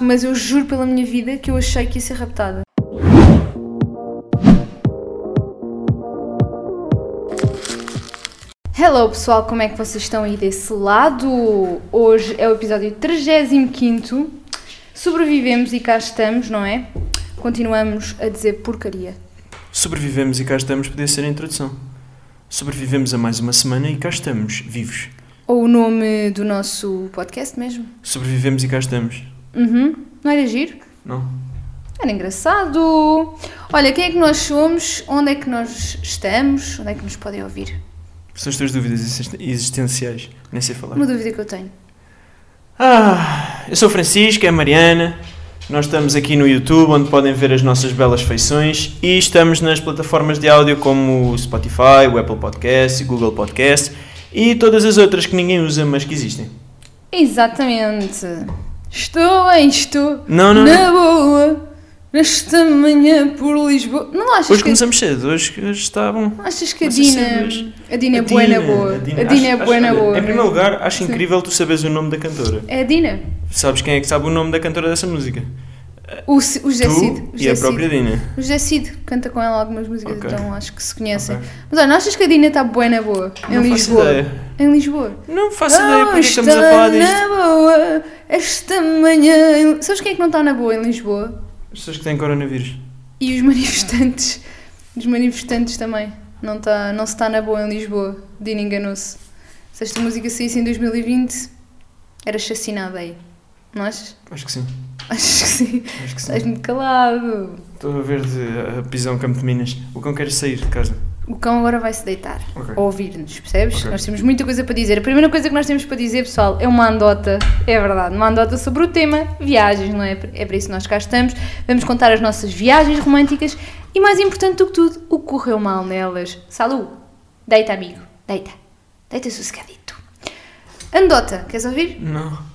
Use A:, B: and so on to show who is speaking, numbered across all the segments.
A: Mas eu juro pela minha vida que eu achei que ia ser raptada. Hello pessoal, como é que vocês estão aí desse lado? Hoje é o episódio 35. Sobrevivemos e cá estamos, não é? Continuamos a dizer porcaria.
B: Sobrevivemos e cá estamos, podia ser a introdução. Sobrevivemos a mais uma semana e cá estamos, vivos.
A: Ou o nome do nosso podcast mesmo.
B: Sobrevivemos e cá estamos.
A: Uhum. Não era giro?
B: Não?
A: Era engraçado. Olha, quem é que nós somos? Onde é que nós estamos? Onde é que nos podem ouvir?
B: São as tuas dúvidas existen- existenciais. Nem sei falar.
A: Uma dúvida que eu tenho.
B: Ah, eu sou o Francisco, é a Mariana. Nós estamos aqui no YouTube, onde podem ver as nossas belas feições. E estamos nas plataformas de áudio como o Spotify, o Apple Podcast, o Google Podcast e todas as outras que ninguém usa, mas que existem.
A: Exatamente. Estou em estou
B: Não, não,
A: na boa nesta manhã por Lisboa. Não achas
B: Hoje
A: que
B: começamos cedo, hoje, hoje está bom.
A: achas que a
B: Mas isso
A: Dina,
B: é hoje.
A: a Dina é boa na boa? A Dina, é
B: acho-
A: boa na
B: olha,
A: boa.
B: Em primeiro lugar, acho
A: Sim.
B: incrível tu saberes o nome da cantora.
A: É a Dina.
B: Sabes quem é que sabe o nome da cantora dessa música?
A: O, C- o José
B: tu
A: Cid. O
B: e
A: José
B: a própria
A: Cid.
B: Dina.
A: O José Cid canta com ela algumas músicas,
B: Ok.
A: então acho que se conhecem.
B: Ok.
A: Mas olha, não achas que a Dina está boa na boa? Em
B: Não faço
A: Lisboa.
B: ideia.
A: Em Lisboa.
B: Não faço
A: Não
B: ideia porque é que estamos a
A: está
B: falar disto.
A: na boa esta manhã. em- Sabes quem é que não está na boa em Lisboa?
B: As pessoas que têm coronavírus.
A: E os manifestantes. Os manifestantes também. Não, tá, não se está na boa em Lisboa. Dina enganou-se. Se esta música saísse em 2020, era assassinada aí. Não achas?
B: Acho que sim.
A: Acho que sim.
B: Acho que sim.
A: Estás muito calado.
B: Estou a ver de a pisão Campo de Minas. O cão quer sair de casa.
A: O cão agora vai se deitar.
B: Ok.
A: a ouvir-nos, percebes?
B: Ok.
A: Nós temos muita coisa para dizer. A primeira coisa que nós temos para dizer, pessoal, é uma andota, é verdade, uma andota sobre o tema viagens, não é? É para isso que nós cá estamos. Vamos contar as nossas viagens românticas e, mais importante do que tudo, o que correu mal nelas. Salu, deita, amigo, deita, deita sossegadito. Andota, queres ouvir?
B: Não.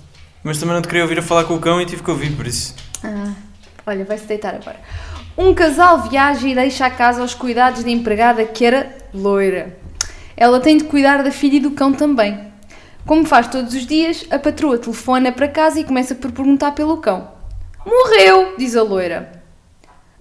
B: Mas também não te queria ouvir a falar com o cão e tive que ouvir, por isso.
A: Ah, olha, vai-se deitar agora. Um casal viaja e deixa a casa aos cuidados da empregada que era loira. Ela tem de cuidar da filha e do cão também. Como faz todos os dias, a patroa telefona para casa e começa por perguntar pelo cão. Morreu, diz a loira.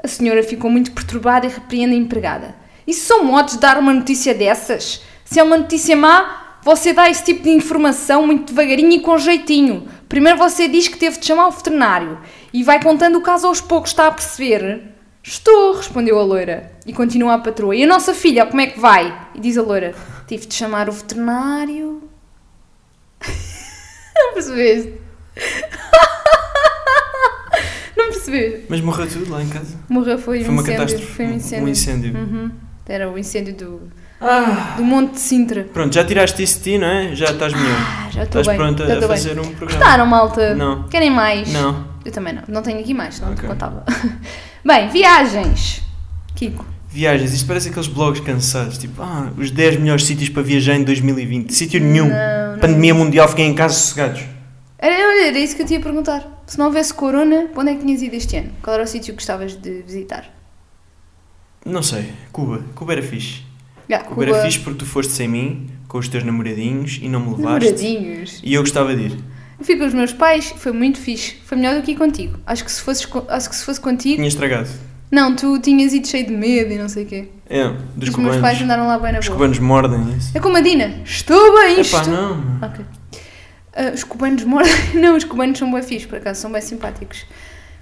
A: A senhora ficou muito perturbada e repreende a empregada. Isso são modos de dar uma notícia dessas? Se é uma notícia má, você dá esse tipo de informação muito devagarinho e com jeitinho. Primeiro você diz que teve de chamar o veterinário e vai contando o caso aos poucos, está a perceber? Estou, respondeu a loira. E continua a patroa. E a nossa filha, como é que vai? E diz a loira: Tive de chamar o veterinário. Não percebeste? Não percebeste?
B: Mas morreu tudo lá em casa.
A: Morreu foi,
B: Foi
A: um
B: uma
A: incêndio.
B: catástrofe.
A: Foi um incêndio.
B: Um incêndio.
A: Uhum. Era o incêndio do,
B: Ah.
A: do Monte de Sintra.
B: Pronto, já tiraste isso de ti, não é? Já estás melhor.
A: Ah, já estou
B: Estás
A: bem.
B: pronta
A: já
B: a
A: estou bem.
B: fazer um programa.
A: Gostaram, malta?
B: Não.
A: Querem mais?
B: Não.
A: Eu também não. Não tenho aqui mais, não te
B: Ok.
A: contava. bem, viagens. Kiko.
B: Viagens, isto parece aqueles blogs cansados, tipo, ah, os 10 melhores sítios para viajar em 2020. Sítio nenhum.
A: Não, não.
B: Pandemia mundial, fiquei em casa sossegados.
A: Era, olha, era isso que eu te ia perguntar. Se não houvesse corona, para onde é que tinhas ido este ano? Qual era o sítio que gostavas de visitar?
B: Não sei, Cuba. Cuba era fixe.
A: Já,
B: Cuba, era fixe porque tu foste sem mim, com os teus namoradinhos e não me levaste.
A: Namoradinhos.
B: E eu gostava de ir.
A: Eu fui com os meus pais, foi muito fixe. Foi melhor do que ir contigo. Acho que se, fosses, co- acho que se fosse contigo,
B: Tinha estragado.
A: Não, tu tinhas ido cheio de medo e não sei o quê.
B: É, dos
A: Os
B: cubanos.
A: meus pais andaram lá bem na
B: Os
A: boa.
B: cubanos mordem isso.
A: É como a Dina. Estou bem,
B: Epá,
A: estou...
B: não.
A: Ok. Ah, os cubanos mordem... Não, os cubanos são bem fixe, por acaso. São bem simpáticos.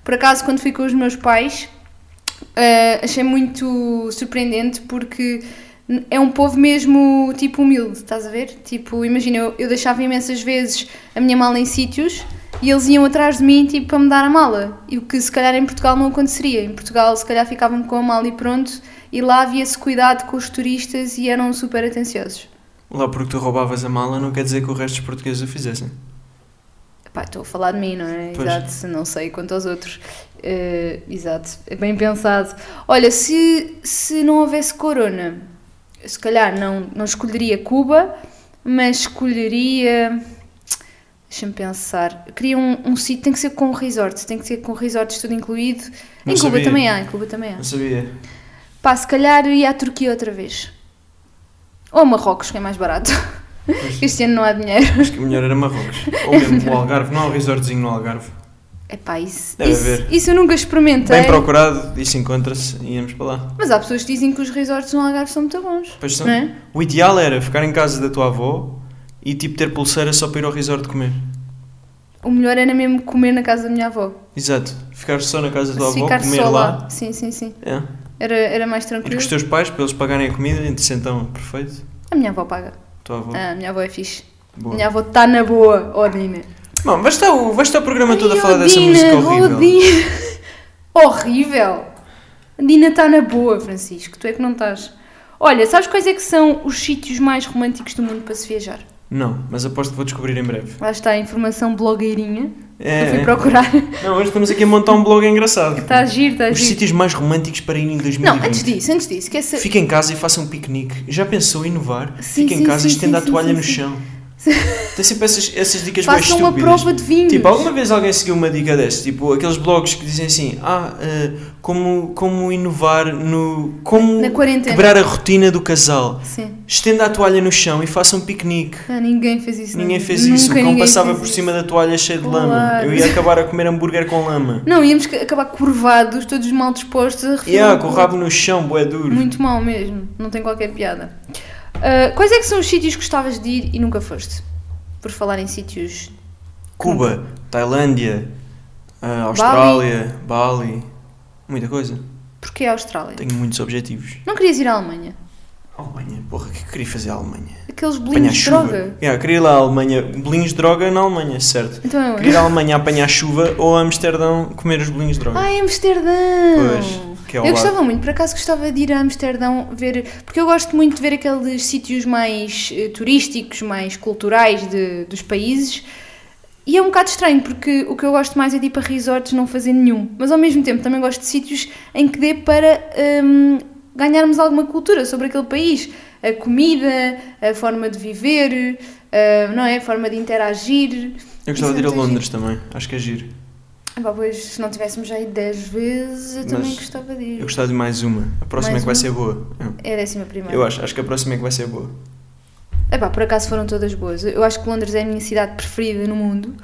A: Por acaso, quando fui com os meus pais, ah, achei muito surpreendente porque n- é um povo mesmo, tipo, humilde, estás a ver? Tipo, imagina, eu, eu deixava imensas vezes a minha mala em sítios e eles iam atrás de mim, tipo, para me dar a mala. E o que se calhar em Portugal não aconteceria. Em Portugal, se calhar ficavam com a mala e pronto. E lá havia esse cuidado com os turistas e eram super atenciosos.
B: Lá porque tu roubavas a mala não quer dizer que o resto dos portugueses o fizessem.
A: Pá, estou a falar de mim, não é?
B: Pois.
A: Exato, não sei quanto aos outros. Eh, exato, é bem pensado. Olha, se, se não houvesse corona, eu se calhar não, não escolheria Cuba, mas escolheria. Deixa-me pensar. Eu queria um, um sítio, tem que ser com resort, tem que ser com resorts tudo incluído.
B: Não
A: em Cuba
B: sabia.
A: também há, em Cuba também há.
B: Não sabia.
A: Pá, se calhar ia à Turquia outra vez. Ou a Marrocos, que é mais barato.
B: Pois.
A: Este ano não há dinheiro.
B: Acho que o melhor era Marrocos. Ou mesmo o Algarve. Não há um resortzinho no Algarve.
A: Epá, isso,
B: Deve
A: isso,
B: haver.
A: isso eu nunca experimentei.
B: Bem procurado, isso encontra-se e íamos para lá.
A: Mas há pessoas que dizem que os resorts no Algarve são muito bons.
B: Pois são.
A: Não é?
B: O ideal era ficar em casa da tua avó e tipo ter pulseira só para ir ao resort comer.
A: O melhor era mesmo comer na casa da minha avó.
B: Exato. Ficar só na casa da tua avó,
A: Ficar
B: comer
A: só
B: lá.
A: lá. Sim, sim, sim.
B: É.
A: Era, era mais
B: Ir com
A: tranquilo.
B: os teus pais para eles pagarem a comida e disse então, perfeito.
A: A minha avó paga.
B: Tua avó.
A: Ah, a minha avó é fixe. A
B: Boa.
A: minha avó está na boa, Odina.
B: Bom, vai estar, o, vai estar o programa todo a
A: Ai,
B: falar dessa
A: Odina,
B: música horrível.
A: Odina. horrível. A Dina está na boa, Francisco. Tu é que não estás. Olha, sabes quais é que são os sítios mais românticos do mundo para se viajar?
B: Não, mas aposto que vou descobrir em breve.
A: Lá está a informação blogueirinha.
B: É,
A: eu fui
B: é.
A: procurar.
B: Não, hoje estamos aqui a montar um blog engraçado.
A: Está a giro, está a
B: Os
A: giro.
B: sítios mais românticos para ir em 2020.
A: Não, antes disso, antes disso. Esquece...
B: Fica em casa e faça um piquenique. Já pensou em inovar?
A: Sim,
B: Fica em
A: sim,
B: casa e
A: sim,
B: estenda
A: sim,
B: a toalha
A: sim,
B: no
A: sim.
B: chão. Tem sempre essas, essas dicas mais
A: Faça uma
B: estúpidas.
A: prova de vinhos.
B: Tipo, alguma vez alguém seguiu uma dica dessa? Tipo, aqueles blogs que dizem assim: Ah, eh, como, como inovar no. Como
A: Na quarentena.
B: quebrar a rotina do casal.
A: Sim.
B: Estenda a toalha no chão e faça um piquenique.
A: Ah, ninguém fez isso.
B: Ninguém
A: não.
B: fez isso. O
A: Nunca
B: cão
A: ninguém
B: passava
A: fez
B: por
A: isso.
B: cima da toalha cheia de lama.
A: Claro.
B: Eu ia acabar a comer hambúrguer com lama.
A: Não, íamos que- acabar curvados, todos mal dispostos a
B: E
A: referir.
B: ah, com o rabo no chão, boé duro.
A: Muito mal mesmo, não tem qualquer piada. Ah, quais é que são os sítios que gostavas de ir e nunca foste? Por falar em sítios. Uhum.
B: Cuba, Tailândia, ah, Austrália, Bali. muita coisa.
A: Porquê é a Austrália?
B: Tenho muitos objetivos.
A: Não querias ir à Alemanha?
B: Alemanha, porra, o que é que queria fazer a Alemanha?
A: Aqueles
B: Apanhar
A: bolinhos de
B: chuva.
A: droga?
B: Yeah, queria ir lá à Alemanha, bolinhos de droga na Alemanha, certo?
A: Então é
B: Queria ir
A: onde?
B: à Alemanha apanhar chuva ou a Amsterdão comer os bolinhos de droga.
A: Ah, é Amsterdão!
B: Pois, que é ao
A: eu
B: lado.
A: gostava muito, por acaso gostava de ir a Amsterdão ver. Porque eu gosto muito de ver aqueles sítios mais eh, turísticos, mais culturais de- dos países. E é um bocado estranho, porque o que eu gosto mais é de ir para resorts não fazer nenhum. Mas ao mesmo tempo também gosto de sítios em que dê para hum, ganharmos alguma cultura sobre aquele país. A comida, a forma de viver, eh, não é? A forma de interagir.
B: Eu gostava de
A: Isso
B: ir a
A: é muito
B: Londres também, acho que é giro.
A: Ah pá, pois, se não tivéssemos já ido 10 vezes, eu também
B: Mas
A: gostava de
B: Eu
A: ir.
B: gostava de mais uma. A próxima
A: Mais
B: é que vai
A: uma?
B: ser boa. É.
A: É a décima primeira.
B: Eu acho, acho que a próxima é que vai ser boa.
A: Epá, por acaso foram todas boas. Eu acho que Londres é a minha cidade preferida no mundo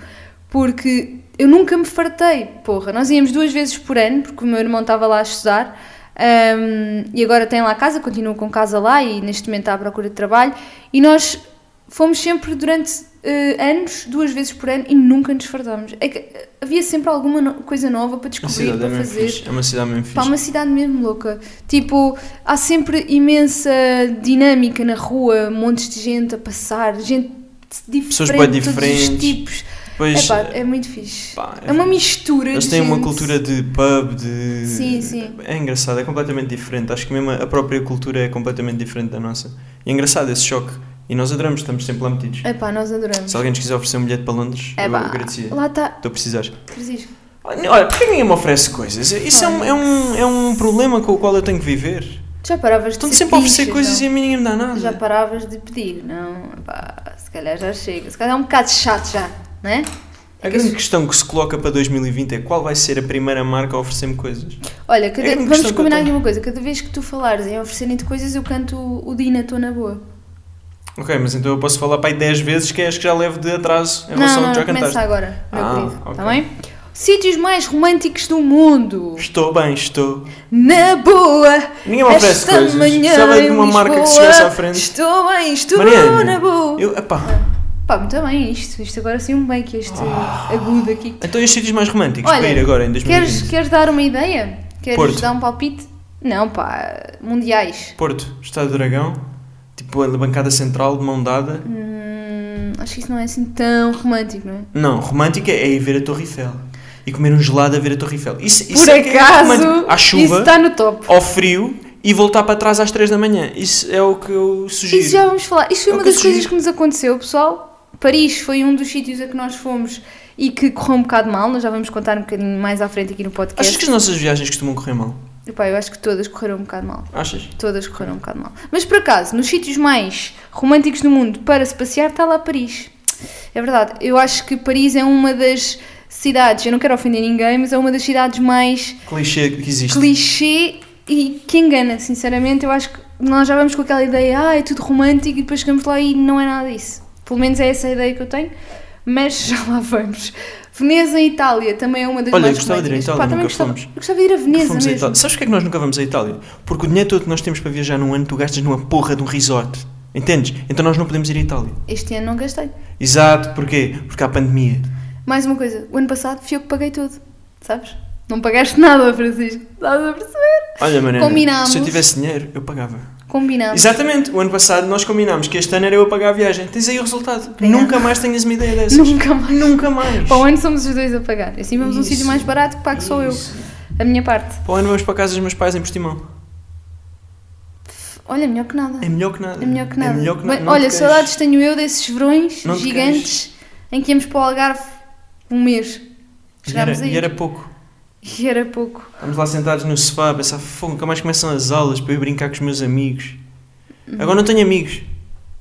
A: porque eu nunca me fartei, porra. Nós íamos duas vezes por ano porque o meu irmão estava lá a estudar hum, e agora tem lá casa, continua com casa lá e neste momento está à procura de trabalho. E nós fomos sempre durante eh, anos, duas vezes por ano e nunca nos fartámos. É que eh, havia sempre alguma no- coisa nova para
B: A
A: descobrir,
B: cidade é
A: para
B: mesmo
A: fazer.
B: fixe. É uma cidade mesmo fixe.
A: Pá, uma cidade mesmo louca. Tipo, há sempre imensa dinâmica na rua, montes de gente a passar, gente diferente,
B: Pessoas bué
A: de todos
B: diferentes.
A: os tipos.
B: Depois,
A: É, pá, é muito fixe.
B: pá,
A: É uma mistura
B: Eles
A: de
B: têm uma
A: gente.
B: cultura de pub, de.
A: Sim, sim.
B: É engraçado, é completamente diferente. Acho que mesmo a própria cultura é completamente diferente da nossa. E é engraçado esse choque. E nós adoramos, estamos sempre lá metidos.
A: É pá, nós adoramos.
B: Se alguém nos quiser oferecer um bilhete para Londres,
A: É
B: eu
A: pá,
B: agradecia.
A: lá está.
B: Estou a precisar.
A: Francisco.
B: Olha, porque ninguém me oferece coisas? Isso é um, é, um, é um problema com o qual eu tenho que viver.
A: Tu Já paravas de
B: Estão
A: ser
B: sempre a oferecer
A: pinche,
B: coisas e a mim ninguém me dá
A: não? Já
B: nada.
A: paravas de pedir, não? Pá, se calhar já chega. Se calhar é um bocado chato já, não é?
B: A grande questão que se coloca para 2020 é qual vai ser a primeira marca a oferecer-me coisas.
A: Olha, cada-
B: É uma questão que
A: vamos
B: eu
A: combinar aqui
B: tenho.
A: uma coisa. Cada vez que tu falares em oferecerem-te coisas, eu canto o Dina, estou na boa.
B: Ok, mas então eu posso falar para aí 10 vezes que acho que já levo de atraso em
A: Não,
B: relação ao
A: não,
B: que já
A: começa
B: cantaste.
A: agora, meu
B: Ah,
A: querido.
B: ok.
A: Tá bem? Sítios mais românticos do mundo.
B: Estou bem, estou.
A: Na boa.
B: Ninguém me oferece
A: Esta
B: coisas.
A: manhã
B: Precisava de
A: em
B: uma marca que se
A: Lisboa,
B: estivesse à frente.
A: Estou bem, estou
B: Mariana,
A: na boa.
B: Eu, epá,
A: Pá, muito bem isto. Isto agora sim um bem que este agudo aqui.
B: então e os sítios mais românticos
A: Olha,
B: para ir agora em
A: Queres,
B: 2020?
A: queres dar uma ideia? Queres
B: Porto.
A: dar um palpite? Não, pá. Mundiais.
B: Porto, Estado do Dragão, tipo a bancada central de mão dada.
A: Hum, acho que isso não é assim tão romântico, não é?
B: Não, romântica é ir ver a Torre Eiffel e comer um gelado a ver a Torre Eiffel. Isso, isso
A: Por
B: é que é
A: acaso,
B: romântico. à
A: isso tá-
B: chuva,
A: está no top.
B: ao frio e voltar para trás às 3 da manhã. Isso é o que eu sugiro.
A: Isso já vamos falar. Isto foi
B: É o
A: uma
B: que eu
A: das coisas
B: sugiro.
A: que nos aconteceu, pessoal. Paris foi um dos sítios a que nós fomos e que correu um bocado mal. Nós já vamos contar um bocadinho mais à frente aqui no podcast.
B: Achas que as nossas viagens costumam correr mal?
A: Epá, eu acho que todas correram um bocado mal.
B: Achas?
A: Todas correram um bocado mal. Mas por acaso, nos sítios mais românticos do mundo para se passear, está lá Paris. É verdade. Eu acho que Paris é uma das cidades, eu não quero ofender ninguém, mas é uma das cidades mais
B: Clichê que existe.
A: clichê e que engana, sinceramente. Eu acho que nós já vamos com aquela ideia, ah, é tudo romântico, e depois chegamos lá e não é nada disso. Pelo menos é essa a ideia que eu tenho, mas já lá vamos. Veneza, Itália, também é uma das
B: Olha, eu
A: mais
B: gostava de ir à
A: românticas.
B: Itália,
A: Pá, também
B: nunca
A: gostava,
B: fomos.
A: eu gostava de ir a Veneza
B: Fomos à
A: mesmo.
B: Itália. Sabes porque é que nós nunca vamos à Itália? Porque o dinheiro todo que nós temos para viajar num ano, tu gastas numa porra de um resort. Entendes? Então nós não podemos ir à Itália.
A: Este ano não gastei.
B: Exato, porquê? Porque há pandemia.
A: Mais uma coisa, o ano passado fui eu que paguei tudo, sabes? Não pagaste nada, Francisco, estás a perceber?
B: Olha, Mariana,
A: Combinámos.
B: se eu tivesse dinheiro, eu pagava.
A: Combinámos.
B: Exatamente, o ano passado nós combinámos que este ano era eu a pagar a viagem. Tens aí o resultado.
A: É.
B: Nunca mais tenhas uma ideia dessas.
A: Nunca mais.
B: Nunca mais.
A: Para o ano somos os dois a pagar. Assim vamos a um
B: Isso.
A: sítio mais barato que pago só eu.
B: Isso.
A: A minha parte.
B: Para o ano vamos para a casa dos meus pais em Portimão.
A: Olha, melhor que nada.
B: É melhor que nada.
A: É melhor que nada.
B: É melhor que
A: Bem,
B: nada. Não
A: olha,
B: te queixes.
A: saudades tenho eu desses verões
B: Não te
A: gigantes em que íamos para o Algarve um mês.
B: E era,
A: Chegámos aí.
B: e era pouco.
A: E era pouco.
B: Estamos lá sentados no sofá a pensar, "Fogo, nunca mais começam as aulas para eu ir brincar com os meus amigos. Agora não tenho amigos.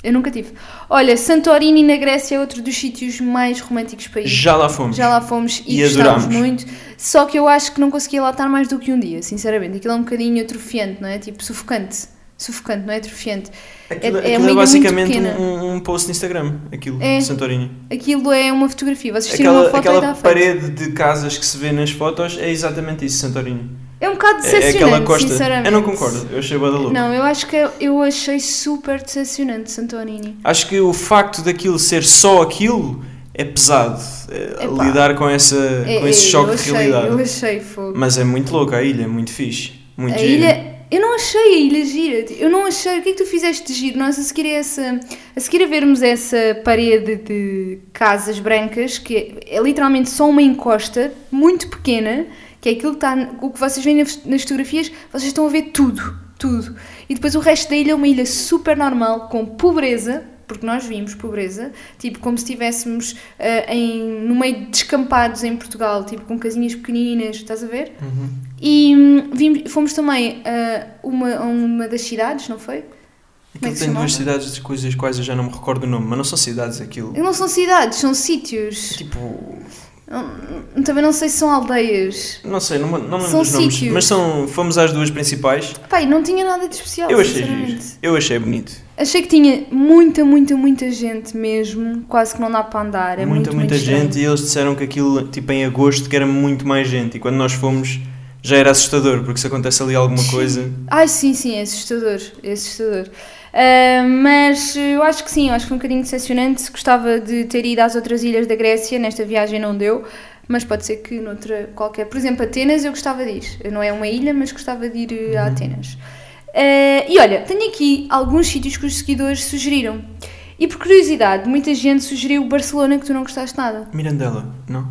A: Eu nunca tive. Olha, Santorini na Grécia é outro dos sítios mais românticos para ir.
B: Já lá fomos.
A: Já lá fomos e,
B: E
A: gostámos
B: adorámos.
A: muito. Só que eu acho que não conseguia lá estar mais do que um dia, sinceramente. Aquilo é um bocadinho atrofiante, não é? Tipo, sufocante. Sufocante, não é atrofiante.
B: Aquilo,
A: é
B: aquilo é,
A: uma ilha muito
B: basicamente
A: pequena.
B: um, um post no Instagram, aquilo,
A: É.
B: de Santorini.
A: Aquilo é uma fotografia. Vocês tiram uma
B: Aquela,
A: foto e
B: aquela
A: está feito.
B: parede de casas que se vê nas fotos é exatamente isso, Santorini.
A: É um bocado
B: É, é
A: decepcionante,
B: aquela costa.
A: sinceramente.
B: Eu não concordo, eu achei bué da louco.
A: Não, eu acho que eu, eu achei super decepcionante Santorini.
B: Acho que o facto daquilo ser só aquilo é pesado. É,
A: Epá.
B: lidar com, essa,
A: É,
B: com
A: é,
B: esse choque
A: eu
B: de
A: achei,
B: realidade.
A: Eu achei fogo.
B: Mas é muito louca a ilha, é muito fixe. Muito
A: a
B: giro.
A: ilha. Eu não achei a ilha gira. Eu não achei. O que é que tu fizeste de giro? Nós a seguir a essa. A seguir a vermos essa parede de casas brancas, que é, é literalmente só uma encosta muito pequena, que é aquilo que está. O que vocês veem nas nas fotografias, vocês estão a ver tudo. Tudo. E depois o resto da ilha é uma ilha super normal, com pobreza. Porque nós vimos pobreza, tipo como se estivéssemos ah, em, no meio de descampados em Portugal, tipo com casinhas pequeninas, estás a ver?
B: Uhum.
A: E hum, vimos- fomos também a uma, a uma das cidades, não foi? Como é
B: Aquilo
A: que se
B: tem
A: chamava?
B: duas cidades de coisas quais eu já não me recordo o nome, mas não são cidades aquilo.
A: Não são cidades, são sítios.
B: Tipo,
A: Hum, Também não sei se são aldeias.
B: não sei, não, me- não me lembro
A: São
B: dos nomes,
A: sítios.
B: mas são, fomos às duas principais.
A: Pai, não tinha nada de especial.
B: eu achei
A: sinceramente.
B: giro, eu achei bonito.
A: Achei que tinha muita, muita, muita gente mesmo. Quase que não dá para andar. É
B: muita,
A: muito, muito
B: muita
A: estranho.
B: gente e eles disseram que aquilo, tipo em agosto, que era muito mais gente e quando nós fomos já era assustador, porque se acontece ali alguma
A: Sim.
B: coisa.
A: Ai, sim, sim, é assustador, é assustador. Ah, mas eu acho que sim, eu acho que foi um bocadinho decepcionante. Gostava de ter ido às outras ilhas da Grécia, nesta viagem não deu, mas pode ser que noutra qualquer. Por exemplo, Atenas eu gostava de ir. Não é uma ilha, mas gostava de ir eh,
B: Uhum.
A: a Atenas. Ah, e olha, tenho aqui alguns sítios que os seguidores sugeriram. E por curiosidade, muita gente sugeriu Barcelona que tu não gostaste nada.
B: Mirandela, não?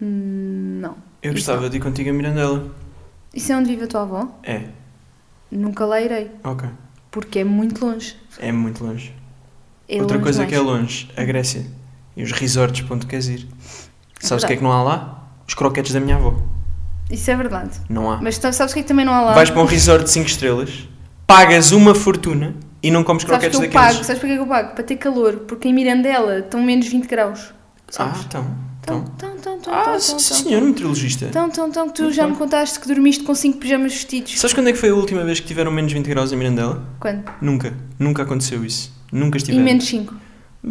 A: Hum, Não.
B: Eu
A: Isso
B: gostava de ir contigo a Mirandela.
A: Isso é onde vive a tua avó?
B: É,
A: Nunca lá irei,
B: ok.
A: porque é muito longe.
B: É muito longe.
A: É
B: Outra
A: longe
B: coisa
A: demais.
B: que é longe, a Grécia. E os resorts para onde queres ir. Sabes o que
A: verdade.
B: é que não há lá? Os croquetes da minha avó.
A: Isso é verdade.
B: Não há.
A: Mas tu sabes o que é que também não há lá?
B: Vais para um resort de 5 estrelas, pagas uma fortuna e não
A: sabes
B: comes
A: que
B: croquetes
A: eu
B: daqueles.
A: pago, sabes para que é que eu pago? Para ter calor, porque em Mirandela estão menos 20 graus.
B: Ah,
A: Sabes?
B: então.
A: Então,
B: então.
A: então, então, então,
B: Ah,
A: então,
B: sim,
A: então.
B: senhor meteorologista.
A: Então, então, então, que tu
B: Muito
A: já
B: bem.
A: me contaste que dormiste com 5 pijamas vestidos.
B: Sabes quando é que foi a última vez que tiveram menos 20 graus em Mirandela?
A: Quando?
B: Nunca. Nunca aconteceu isso. Nunca
A: E
B: estiveram.
A: menos 5.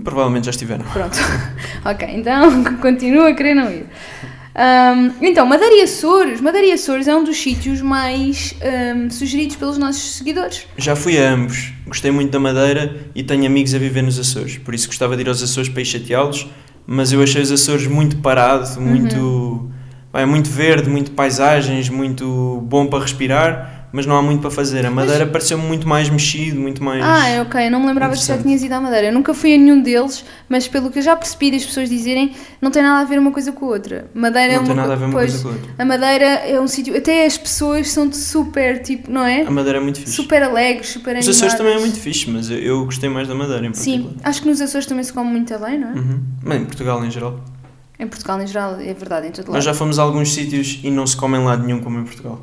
B: Provavelmente já estiveram.
A: Pronto. ok, então continua a querer não ir. Ahm, então, Madeira e Açores. Madeira e Açores é um dos sítios mais ahm, sugeridos pelos nossos seguidores.
B: Já fui a ambos. Gostei muito da Madeira e tenho amigos a viver nos Açores. Por isso gostava de ir aos Açores para ir chateá-los. Mas eu achei os Açores muito parado,
A: Uhum.
B: muito. Bem, muito verde, muito paisagens, muito bom para respirar, mas não há muito para fazer. A Madeira pareceu-me muito mais mexido, muito mais.
A: Ah, é, ok, eu não me lembrava que já
B: Interessante.
A: tinhas ido à Madeira. Eu nunca fui a nenhum deles, mas pelo que eu já percebi das pessoas dizerem, não tem nada a ver uma coisa com a outra. Madeira
B: não
A: é
B: tem
A: uma
B: nada a ver
A: co-
B: uma
A: pois,
B: coisa com a outra.
A: A Madeira é um sítio. Até as pessoas são super, tipo, não é?
B: A Madeira é muito fixe.
A: Super alegres, super
B: Os
A: animadas.
B: Açores também é muito tipo. fixe, mas eu, eu gostei mais da Madeira em particular.
A: Sim, acho que nos Açores também se come muito além, não é?
B: Uhum. Bem, em Portugal em geral.
A: Em Portugal, em geral, é verdade, em todo lado.
B: Nós já fomos a alguns sítios e não se come em lado nenhum como em Portugal.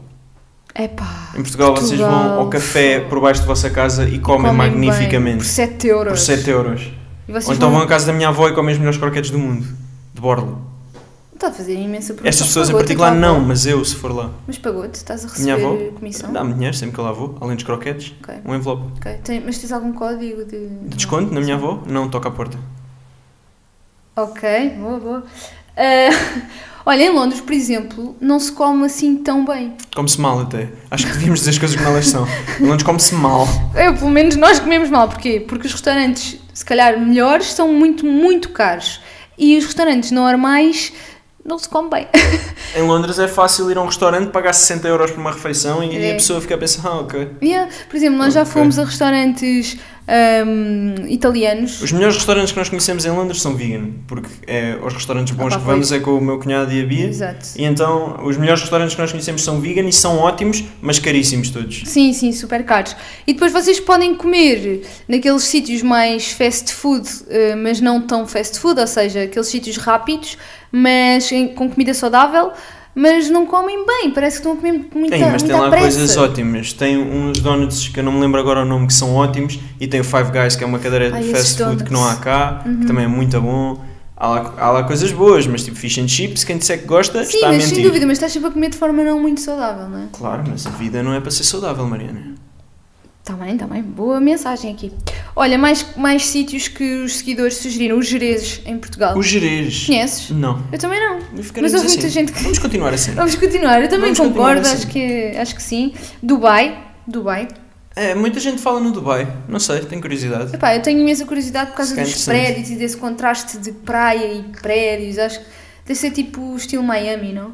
A: Epá,
B: Em Portugal, vocês vão
A: Portugal.
B: ao café por baixo da vossa casa e comem,
A: comem bem, por
B: magnificamente
A: 7 euros.
B: por 7 euros.
A: E vocês
B: Ou então
A: vão...
B: vão
A: Então
B: à casa da minha avó e comem os melhores croquetes do mundo, de Borla.
A: Está a fazer imensa promoção.
B: Estas pessoas em
A: Pagou-te a
B: particular
A: tua
B: não,
A: avó?
B: mas eu, se for lá.
A: Mas pagou-te? Estás a
B: Minha
A: receber
B: avó
A: comissão?
B: dá-me dinheiro sempre que eu lá vou, além dos croquetes,
A: Ok.
B: um envelope.
A: Ok, tem- mas tens algum código de...
B: De desconto na minha avó? Não, toca à porta.
A: Ok, boa, boa. Ah, olha, em Londres, por exemplo, não se come assim tão bem.
B: Come-se mal até. Acho que devíamos dizer as coisas como elas são. Em Londres come-se mal.
A: Eu, É, pelo menos nós comemos mal. Porquê? Porque os restaurantes, se calhar melhores, são muito, muito caros. E os restaurantes normais não se come bem.
B: Em Londres é fácil ir a um restaurante, pagar 60 euros por uma refeição e
A: É.
B: a pessoa fica a pensar, ah, ok.
A: Yeah, Por exemplo, nós já
B: Ok.
A: fomos a restaurantes ahm, italianos.
B: Os melhores restaurantes que nós conhecemos em Londres são vegan, porque é, os restaurantes bons
A: Opa,
B: que
A: foi
B: vamos é com o meu cunhado e a Bia.
A: Exato.
B: E então, os melhores restaurantes que nós conhecemos são vegan e são ótimos, mas caríssimos todos.
A: Sim, sim, super caros. E depois vocês podem comer naqueles sítios mais fast food, eh, mas não tão fast food, ou seja, aqueles sítios rápidos, mas em- com comida saudável, mas não comem bem, parece que estão a comer muita,
B: Tem, mas tem
A: então, muita
B: lá
A: pressa.
B: coisas ótimas. Tem uns donuts que eu não me lembro agora o nome, que são ótimos. E tem o Five Guys, que é uma cadeira de
A: Ai, esses
B: fast food que não há
A: donuts. Uhum.
B: cá, que também é muito bom. Há lá, há lá coisas boas, mas tipo fish and chips, quem disser que gosta,
A: Sim,
B: está a
A: mas
B: mentir.
A: sem dúvida, mas estás sempre a comer de forma não muito saudável, não é?
B: Claro, mas a vida não é para ser saudável, Mariana.
A: Está Tá bem, está bem, boa mensagem aqui. Olha, mais, mais sítios que os seguidores sugeriram, os gerezes em Portugal.
B: Os gerês.
A: Conheces?
B: Não.
A: Eu também não.
B: Não ficaremos
A: Oh. Mas houve
B: assim.
A: muita gente que
B: Vamos continuar assim.
A: Vamos continuar, eu também
B: Vamos continuar
A: concordo,
B: assim.
A: acho, que, acho que sim. Dubai, Dubai.
B: É, muita gente fala no Dubai. Não sei, tenho curiosidade.
A: Epá, eu tenho imensa curiosidade por causa
B: Isso é
A: dos
B: interessante.
A: prédios e desse contraste de praia e prédios. Acho que deve ser tipo estilo Miami, não?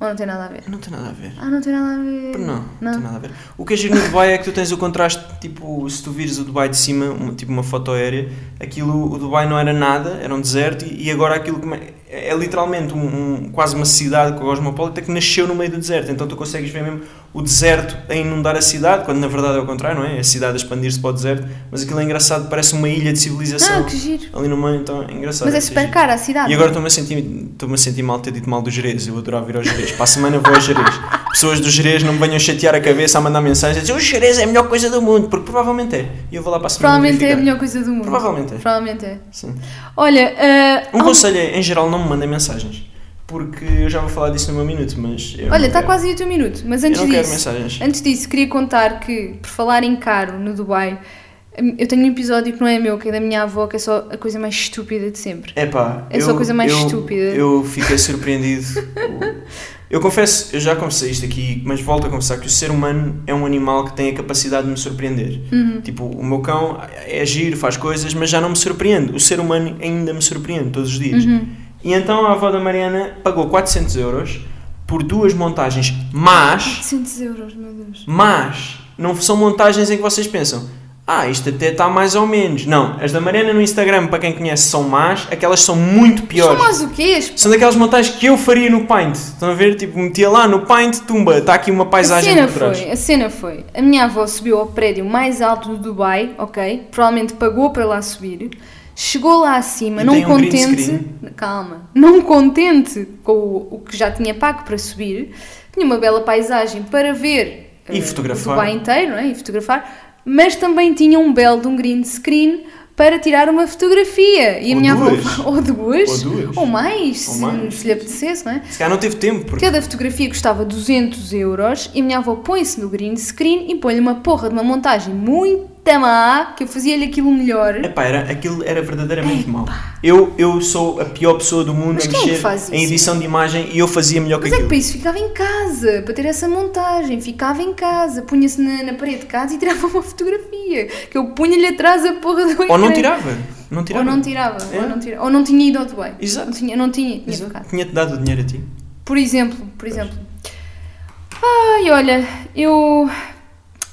A: Ou não tem nada a ver?
B: Não tem nada a ver.
A: Ah, não tem nada a ver.
B: Não, não, tem nada a ver. O que é giro no Dubai é que tu tens o contraste, tipo, se tu vires o Dubai de cima, um- tipo uma foto aérea, aquilo, o Dubai não era nada, era um deserto, e e agora aquilo come- é, é literalmente um, um- quase uma cidade cosmopolita que nasceu no meio do deserto, então tu consegues ver mesmo o deserto a inundar a cidade, quando na verdade é o contrário, não é? É A cidade a expandir-se para o deserto, mas aquilo é engraçado, parece uma ilha de
A: Ah,
B: civilização
A: que giro.
B: ali no meio, então é engraçado.
A: Mas é
B: isso
A: super
B: giro.
A: cara a cidade. é?
B: E agora estou-me a sentir, estou-me a sentir mal de ter dito mal do Jerez. Eu adorava ir ao Jerez. Para a semana vou ao Jerez. Pessoas do Jerez não me venham chatear a cabeça a mandar mensagens a dizer o Jerez é a melhor coisa do mundo, porque provavelmente é. E eu vou lá para a semana.
A: Provavelmente é a
B: verificar.
A: melhor coisa do mundo.
B: Provavelmente é.
A: Provavelmente é.
B: Sim.
A: Olha, ah,
B: Um
A: há um-
B: conselho é, em geral, não me mandem mensagens. Porque eu já vou falar disso no meu minuto, mas. eu
A: olha,
B: não
A: está
B: quero.
A: quase aí o teu minuto, mas antes
B: eu não quero
A: disso.
B: mensagens.
A: Antes disso, queria contar que, por falar em caro no Dubai, eu tenho um episódio que não é meu, que é da minha avó, que é só a coisa mais estúpida de sempre.
B: Epá,
A: É só a coisa mais
B: eu-
A: estúpida.
B: Eu fiquei surpreendido. eu confesso, eu já confessei isto aqui, mas volto a confessar que o ser humano é um animal que tem a capacidade de me surpreender.
A: Uhum.
B: Tipo, o meu cão é giro, faz coisas, mas já não me surpreende. O ser humano ainda me surpreende todos os dias.
A: Uhum.
B: E então a avó da Mariana pagou 400 euros por duas montagens, mas
A: 400 euros, meu Deus.
B: mas não são montagens em que vocês pensam, ah, isto até está mais ou menos. Não, as da Mariana no Instagram, para quem conhece, são más, aquelas são muito
A: São
B: piores.
A: mais o quê?
B: São daquelas montagens que eu faria no Paint. Estão a ver? Tipo, metia lá no Paint, tumba, está aqui uma
A: A
B: paisagem
A: cena
B: por trás.
A: foi, a cena foi. A minha avó subiu ao prédio mais alto do Dubai, ok? Provavelmente pagou para lá subir. Chegou lá acima,
B: E
A: não
B: tem um green
A: contente. calma. Não contente com o, o que já tinha pago para subir. Tinha uma bela paisagem para ver
B: E
A: eh,
B: fotografar.
A: o Dubai inteiro, não é? E fotografar. Mas também tinha um belo de um green screen para tirar uma fotografia. E a
B: Ou
A: minha
B: duas.
A: avó. Ou duas.
B: Ou duas.
A: mais,
B: Ou
A: se,
B: mais.
A: se lhe apetecesse, não é?
B: Se calhar não teve tempo, porque
A: Cada fotografia custava 200 euros e a minha avó põe-se no green screen e põe-lhe uma porra de uma montagem muito má, que eu fazia-lhe aquilo melhor.
B: Epá, era, aquilo era verdadeiramente mau. Eu, eu sou a pior pessoa do mundo
A: Mas
B: a
A: quem é que
B: mexer
A: faz
B: em
A: isso?
B: edição de imagem e eu fazia melhor
A: Mas
B: que
A: é que
B: aquilo.
A: para isso ficava em casa, para ter essa montagem, ficava em casa, punha-se na, na parede de casa e tirava uma fotografia, que eu punha-lhe atrás a porra do
B: Ou não
A: ecrã.
B: tirava. Não tirava.
A: Ou não tirava,
B: É.
A: ou, não tira- ou não tinha ido ao Dubai.
B: Exato.
A: Não tinha, não tinha, tinha
B: Exato.
A: ficado.
B: Tinha-te dado o dinheiro a ti.
A: Por exemplo, por exemplo. Ai, olha, eu.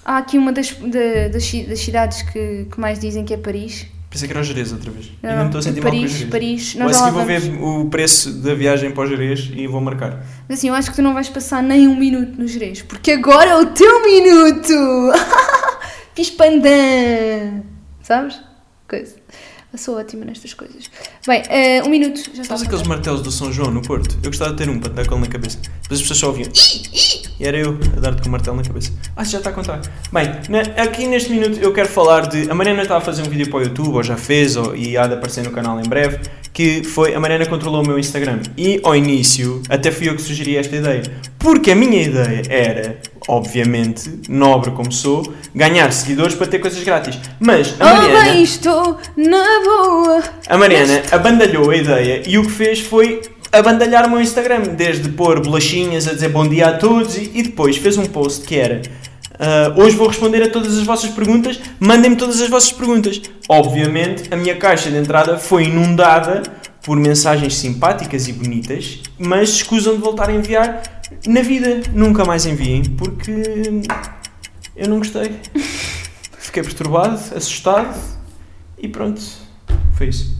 A: Há aqui uma das, da- das, ci- das cidades que, que mais dizem que é Paris.
B: Pensei que era o Jerez outra vez.
A: Não,
B: Ainda me estou a sentir mal com o
A: Paris,
B: Jerez.
A: Paris,
B: Ou a
A: nós já lá
B: seguir vou
A: vamos.
B: ver o preço da viagem para o Jerez e vou marcar.
A: Mas assim, eu acho que tu não vais passar nem um minuto no Jerez, porque agora é o teu minuto! Fiz pandã! Sabes? Coisa. Eu sou ótima nestas coisas. Bem, eh, um minuto, já está.
B: Sabes aqueles martelos do São João no Porto? Eu gostava de ter um para te dar cola na cabeça. Depois as pessoas só ouviam. "Ih, ih", E era eu a dar-te com o martelo na cabeça. Ah, já está a contar. Bem, na- aqui neste minuto eu quero falar de. A Mariana está a fazer um vídeo para o YouTube, ou já fez, ou, e há de aparecer no canal em breve. Que foi. A Mariana controlou o meu Instagram. E ao início, até fui eu que sugeri esta ideia. Porque a minha ideia era, obviamente, nobre como sou, ganhar seguidores para ter coisas grátis. Mas a
A: Oh,
B: Mariana.
A: bem, estou na boa!
B: A Mariana abandalhou a ideia e o que fez foi abandalhar o meu Instagram, desde pôr bolachinhas a dizer bom dia a todos e, e depois fez um post que era ah, hoje vou responder a todas as vossas perguntas, mandem-me todas as vossas perguntas. Obviamente, a minha caixa de entrada foi inundada por mensagens simpáticas e bonitas, mas escusam de voltar a enviar na vida. Nunca mais enviem, porque eu não gostei. Fiquei perturbado, assustado e pronto. Foi isso.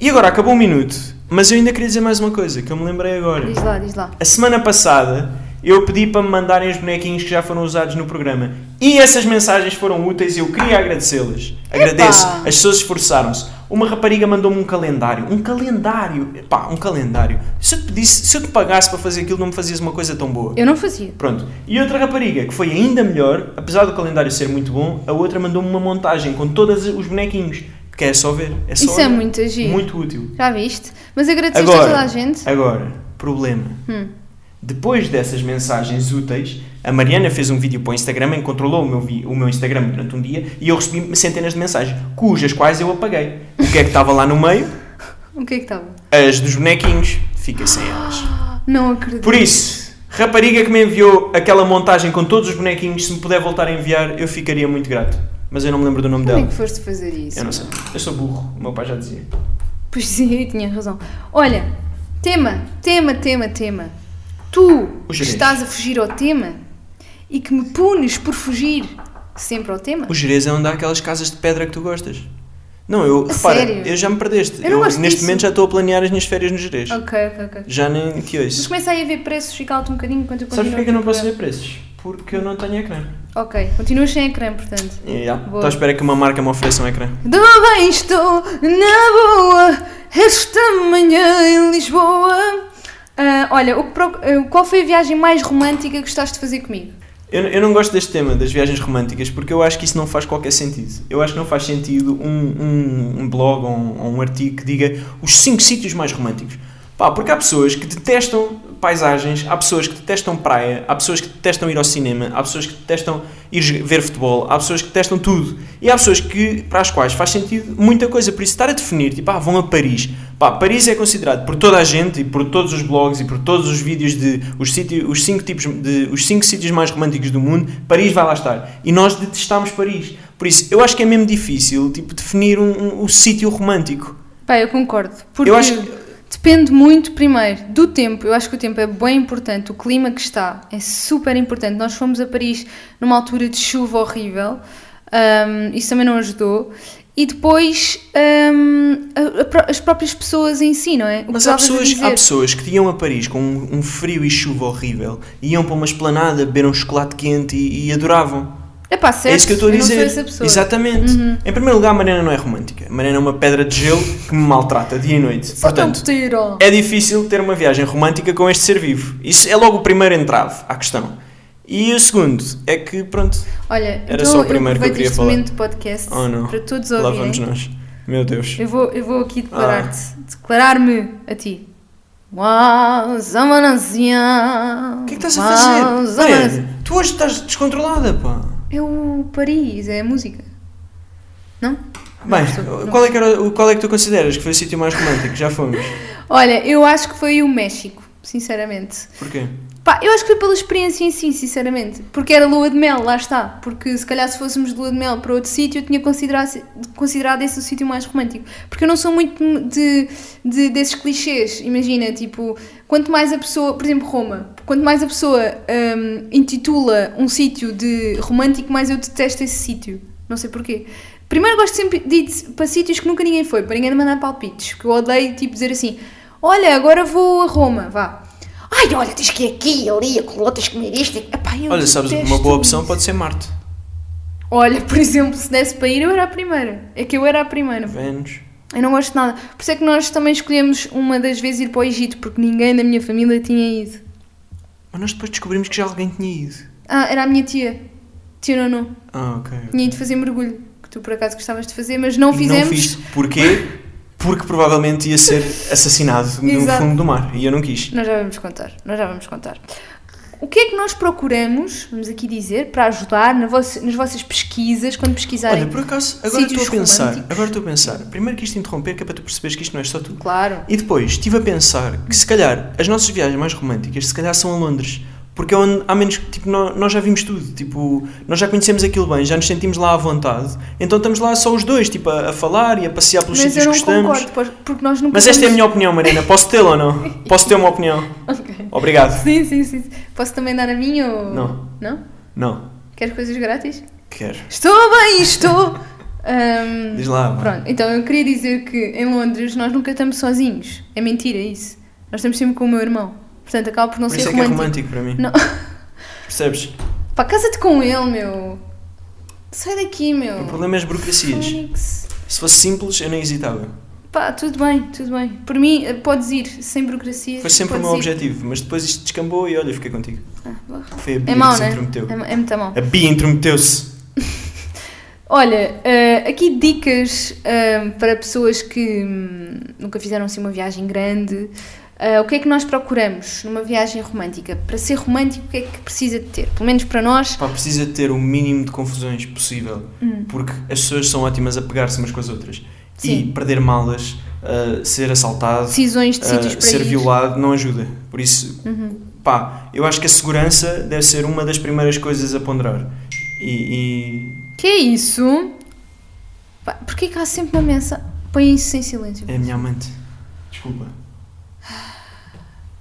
B: E agora acabou um minuto, mas eu ainda queria dizer mais uma coisa que eu me lembrei agora.
A: Diz lá, diz lá.
B: A semana passada eu pedi para me mandarem os bonequinhos que já foram usados no programa. E essas mensagens foram úteis e eu queria agradecê-las. Agradeço. As pessoas esforçaram-se. Uma rapariga mandou-me um calendário. Um calendário. Pá, um calendário. Se eu, te pedisse, se eu te pagasse para fazer aquilo, não me fazias uma coisa tão boa.
A: Eu não fazia.
B: Pronto. E outra rapariga, que foi ainda melhor, apesar do calendário ser muito bom, a outra mandou-me uma montagem com todos os bonequinhos. Que é só ver. É só
A: Isso é
B: olhar.
A: muito giro.
B: Muito útil.
A: Já viste? Mas agradeceste a toda
B: Agora,
A: a gente.
B: agora, problema.
A: Hum.
B: Depois dessas mensagens úteis, a Mariana fez um vídeo para o Instagram e controlou o meu, vi- o meu Instagram durante um dia e eu recebi centenas de mensagens, cujas quais eu apaguei. O que é que estava lá no meio?
A: O que é que estava?
B: As dos bonequinhos. Fica sem elas.
A: Não acredito.
B: Por isso, rapariga que me enviou aquela montagem com todos os bonequinhos, se me puder voltar a enviar, eu ficaria muito grato. Mas eu não me lembro do nome
A: Como é
B: dela.
A: que foste fazer isso?
B: então. Eu não sei. Eu sou burro, o meu pai já dizia.
A: Pois sim, tinha razão. Olha, tema, tema, tema, tema. Tu
B: O
A: que
B: gerês.
A: estás a fugir ao tema e que me punes por fugir sempre ao tema.
B: O Jerez é onde há aquelas casas de pedra que tu gostas. Não, eu,
A: A
B: repara,
A: sério?
B: eu já me perdeste.
A: Eu não gosto
B: neste
A: disso.
B: momento já estou a planear as minhas férias no Jerez.
A: Ok, ok, ok.
B: Já nem te
A: Mas
B: ouço.
A: começa aí a ver preços e cala-te um bocadinho enquanto eu continuo.
B: Sabes porquê que eu não
A: aqui o
B: posso ver preços? Porque eu não tenho ecrã.
A: programa. Ok, continuas sem ecrã, portanto.
B: E, já,
A: Boa.
B: Estou à espera que uma marca me ofereça um ecrã.
A: De bem estou na boa esta manhã em Lisboa. Ah, olha, o que pro- ah, qual foi a viagem mais romântica que gostaste de fazer comigo?
B: Eu, eu não gosto deste tema das viagens românticas porque eu acho que isso não faz qualquer sentido. Eu acho que não faz sentido um, um, um blog ou um, ou um artigo que diga os cinco sítios mais românticos. Pá, porque há pessoas que detestam paisagens, há pessoas que detestam praia, há pessoas que detestam ir ao cinema, há pessoas que detestam ir jo- ver futebol, há pessoas que detestam tudo. E há pessoas que, para as quais faz sentido muita coisa. Por isso, estar a definir, tipo, ah, vão a Paris. Pá, Paris é considerado por toda a gente e por todos os blogs e por todos os vídeos de os, sítio, os, cinco, tipos de, os cinco sítios mais românticos do mundo, Paris vai lá estar. E nós detestamos Paris. Por isso, eu acho que é mesmo difícil, tipo, definir um, um- o sítio romântico.
A: Pá, eu concordo. Porque
B: Eu acho que-
A: depende muito, primeiro, do tempo. Eu acho que o tempo é bem importante. O clima que está é super importante. Nós fomos a Paris numa altura de chuva horrível. hum, isso também não ajudou. E depois, hum, a- a pró- as próprias pessoas em si, não é? O que
B: Mas há
A: estavas a
B: pessoas,
A: dizer.
B: há pessoas que iam a Paris com um, um frio e chuva horrível, iam para uma esplanada, beber um chocolate quente e, e adoravam.
A: É pá, certo.
B: É isso que eu estou a dizer.
A: não sou essa pessoa. Uhum.
B: Exatamente. Em primeiro lugar, a Mariana não é romântica. A Mariana é uma pedra de gelo que me maltrata dia e noite.
A: Só tão
B: Portanto,
A: tiro.
B: é difícil ter uma viagem romântica com este ser vivo. Isso é logo o primeiro entrave à questão. E o segundo é que, pronto.
A: Olha,
B: Era
A: então
B: só o primeiro que eu
A: aproveito
B: queria
A: este
B: falar.
A: momento de podcast
B: Oh não.
A: para todos
B: Lá
A: ouvirem.
B: vamos nós. Meu Deus.
A: Eu vou, eu vou aqui
B: Ah.
A: declarar-te. Declarar-me a ti. Mas a manancia.
B: O que é que estás a fazer? Mariana, tu hoje estás descontrolada, pá.
A: Eu É Paris, é a música. Não?
B: Bem,
A: estou-
B: qual é, que era, o- qual é que tu consideras que foi o sítio mais romântico? Já fomos.
A: Olha, eu acho que foi o México, sinceramente.
B: Porquê?
A: Pá, eu acho que foi pela experiência em si, sinceramente. Porque era lua de mel, lá está. Porque se calhar se fôssemos de lua de mel para outro sítio, eu tinha considerado, considerado esse o sítio mais romântico. Porque eu não sou muito de, de- desses clichês. Imagina, tipo, quanto mais a pessoa, por exemplo, Roma, quanto mais a pessoa hum, intitula um sítio de romântico, mais eu detesto esse sítio. Não sei porquê. Primeiro gosto sempre de ir para sítios que nunca ninguém foi, para ninguém mandar palpites. Que eu odeio, tipo, dizer assim: Olha, agora vou a Roma, vá. Ai, olha, tens que ir aqui, ali, acolá, tens que comer isto. Epá, eu
B: Olha, sabes,
A: detesto
B: uma boa
A: isso.
B: opção pode ser Marte.
A: Olha, por exemplo, se desse para ir, eu era a primeira. É que eu era a primeira.
B: Vênus.
A: Eu não gosto de nada. Por isso é que nós também escolhemos uma das vezes ir para o Egito, porque ninguém da minha família tinha ido.
B: Mas nós depois descobrimos que já alguém tinha ido.
A: Ah, era a minha tia. Tia Nono.
B: Ah, ok.
A: Tinha ido fazer mergulho, que tu por acaso gostavas de fazer, mas não
B: E
A: fizemos.
B: Não fiz. Porquê? Porque provavelmente ia ser assassinado no
A: Exato.
B: fundo do mar e eu não quis.
A: Nós já vamos contar, nós já vamos contar. O que é que nós procuramos, vamos aqui dizer, para ajudar na vossa- nas vossas pesquisas, quando pesquisarem?
B: Olha, por acaso, agora
A: sítios
B: estou a pensar.
A: românticos.
B: Agora estou a pensar. Primeiro que isto interromper, que é para tu perceberes que isto não é só tu.
A: Claro.
B: E depois estive a pensar que se calhar as nossas viagens mais românticas se calhar são a Londres. Porque é onde há menos tipo, nó- nós já vimos tudo, tipo, nós já conhecemos aquilo bem, já nos sentimos lá à vontade, então estamos lá só os dois, tipo, a, a falar e a passear pelos
A: Mas eu
B: sítios
A: não
B: que estamos.
A: concordo, pois, porque nós nunca
B: Mas esta é a
A: vamos-
B: minha opinião, Marina. Posso tê-la ou não? Posso ter uma opinião?
A: Ok.
B: Obrigado.
A: Sim, sim, sim. Posso também dar a minha ou...
B: Não.
A: Não?
B: Não,
A: Queres coisas grátis?
B: quero.
A: Estou bem, estou! Ahm,
B: Diz lá. Mar.
A: Pronto, então eu queria dizer que em Londres nós nunca estamos sozinhos. É mentira isso. Nós estamos sempre com o meu irmão. Portanto, acaba por não
B: Por
A: ser
B: isso é que é
A: romântico.
B: romântico para mim.
A: Não.
B: Percebes?
A: Pá, casa-te com ele, meu. Sai daqui, meu.
B: O problema é as burocracias.
A: Fónix.
B: Se fosse simples, eu nem hesitava.
A: Pá, tudo bem, tudo bem. Por mim, eh, podes ir, sem burocracias.
B: Foi sempre o
A: podes
B: meu
A: ir.
B: objetivo, mas depois isto descambou e olha, fiquei contigo.
A: Ah, boa.
B: Foi a Bia
A: É mau,
B: que se
A: né?
B: intrometeu.
A: É, ma- é muito mau.
B: A Bia intrometeu-se.
A: Olha, eh, aqui dicas eh, para pessoas que hum, nunca fizeram assim uma viagem grande. Eh, o que é que nós procuramos numa viagem romântica? Para ser romântico, o que é que precisa de ter? Pelo menos para nós.
B: Pá, precisa de ter o mínimo de confusões possível,
A: Hum.
B: porque as pessoas são ótimas a pegar-se umas com as outras.
A: Sim.
B: E perder malas, ah, ser assaltado,
A: Decisões de
B: ah,
A: sítios para
B: ser
A: ir. Uhum.
B: violado, não ajuda. Por isso, pá, eu acho que a segurança deve ser uma das primeiras coisas a ponderar. E,
A: Que é isso? Pá, Porquê que há sempre uma mensagem? Põe isso em silêncio.
B: e é a minha amante. Desculpa.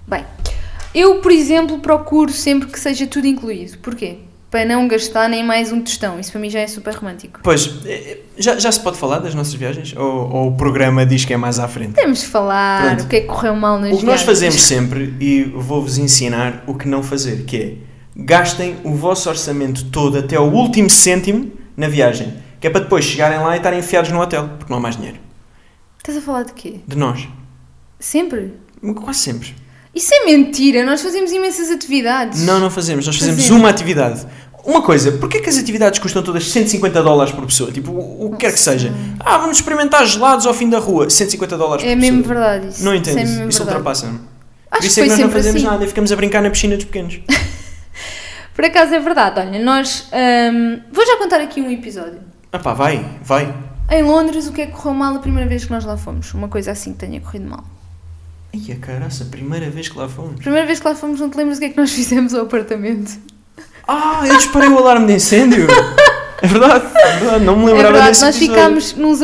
A: Bem, eu, por exemplo, procuro sempre que seja tudo incluído. Porquê? Para não gastar nem mais um tostão. Isso para mim já é super romântico.
B: Pois, eh, eh, já, já se pode falar das nossas viagens? Ou, ou o programa diz que é mais à frente?
A: Temos de falar
B: Pronto.
A: o que é que correu mal nas
B: O que nós
A: viagens.
B: fazemos sempre, e vou-vos ensinar o que não fazer, que é gastem o vosso orçamento todo até o último cêntimo na viagem, que é para depois chegarem lá e estarem enfiados no hotel, porque não há mais dinheiro.
A: Estás a falar de quê?
B: De nós.
A: Sempre?
B: Quase sempre.
A: Isso é mentira, nós fazemos imensas atividades.
B: Não, não fazemos. Nós fazemos
A: Fazemos.
B: uma atividade. Uma coisa, porquê que as atividades custam todas 150 dólares por pessoa? Tipo, o o que quer que seja. Ah, vamos experimentar gelados ao fim da rua. 150 dólares
A: É
B: por
A: mesmo
B: pessoa.
A: verdade isso.
B: Não
A: é
B: entendo.
A: mesmo
B: Isso
A: verdade.
B: ultrapassa-me. Por
A: Acho que
B: isso
A: foi
B: é que nós não
A: sempre
B: fazemos
A: assim.
B: nada e ficamos a brincar na piscina dos pequenos.
A: Por acaso é verdade, olha, nós. hum, vou já contar aqui um episódio.
B: Ah pá, vai, vai.
A: Em Londres, o que é que correu mal a primeira vez que nós lá fomos? Uma coisa assim que tenha corrido mal.
B: Ai, a caraça, primeira vez que lá fomos.
A: Primeira vez que lá fomos, não te lembras o que é que nós fizemos ao apartamento?
B: Ah, eu disparei o alarme de incêndio. É verdade, é verdade, não me
A: É
B: lembrava
A: verdade,
B: desse
A: nós
B: episódio.
A: ficámos nos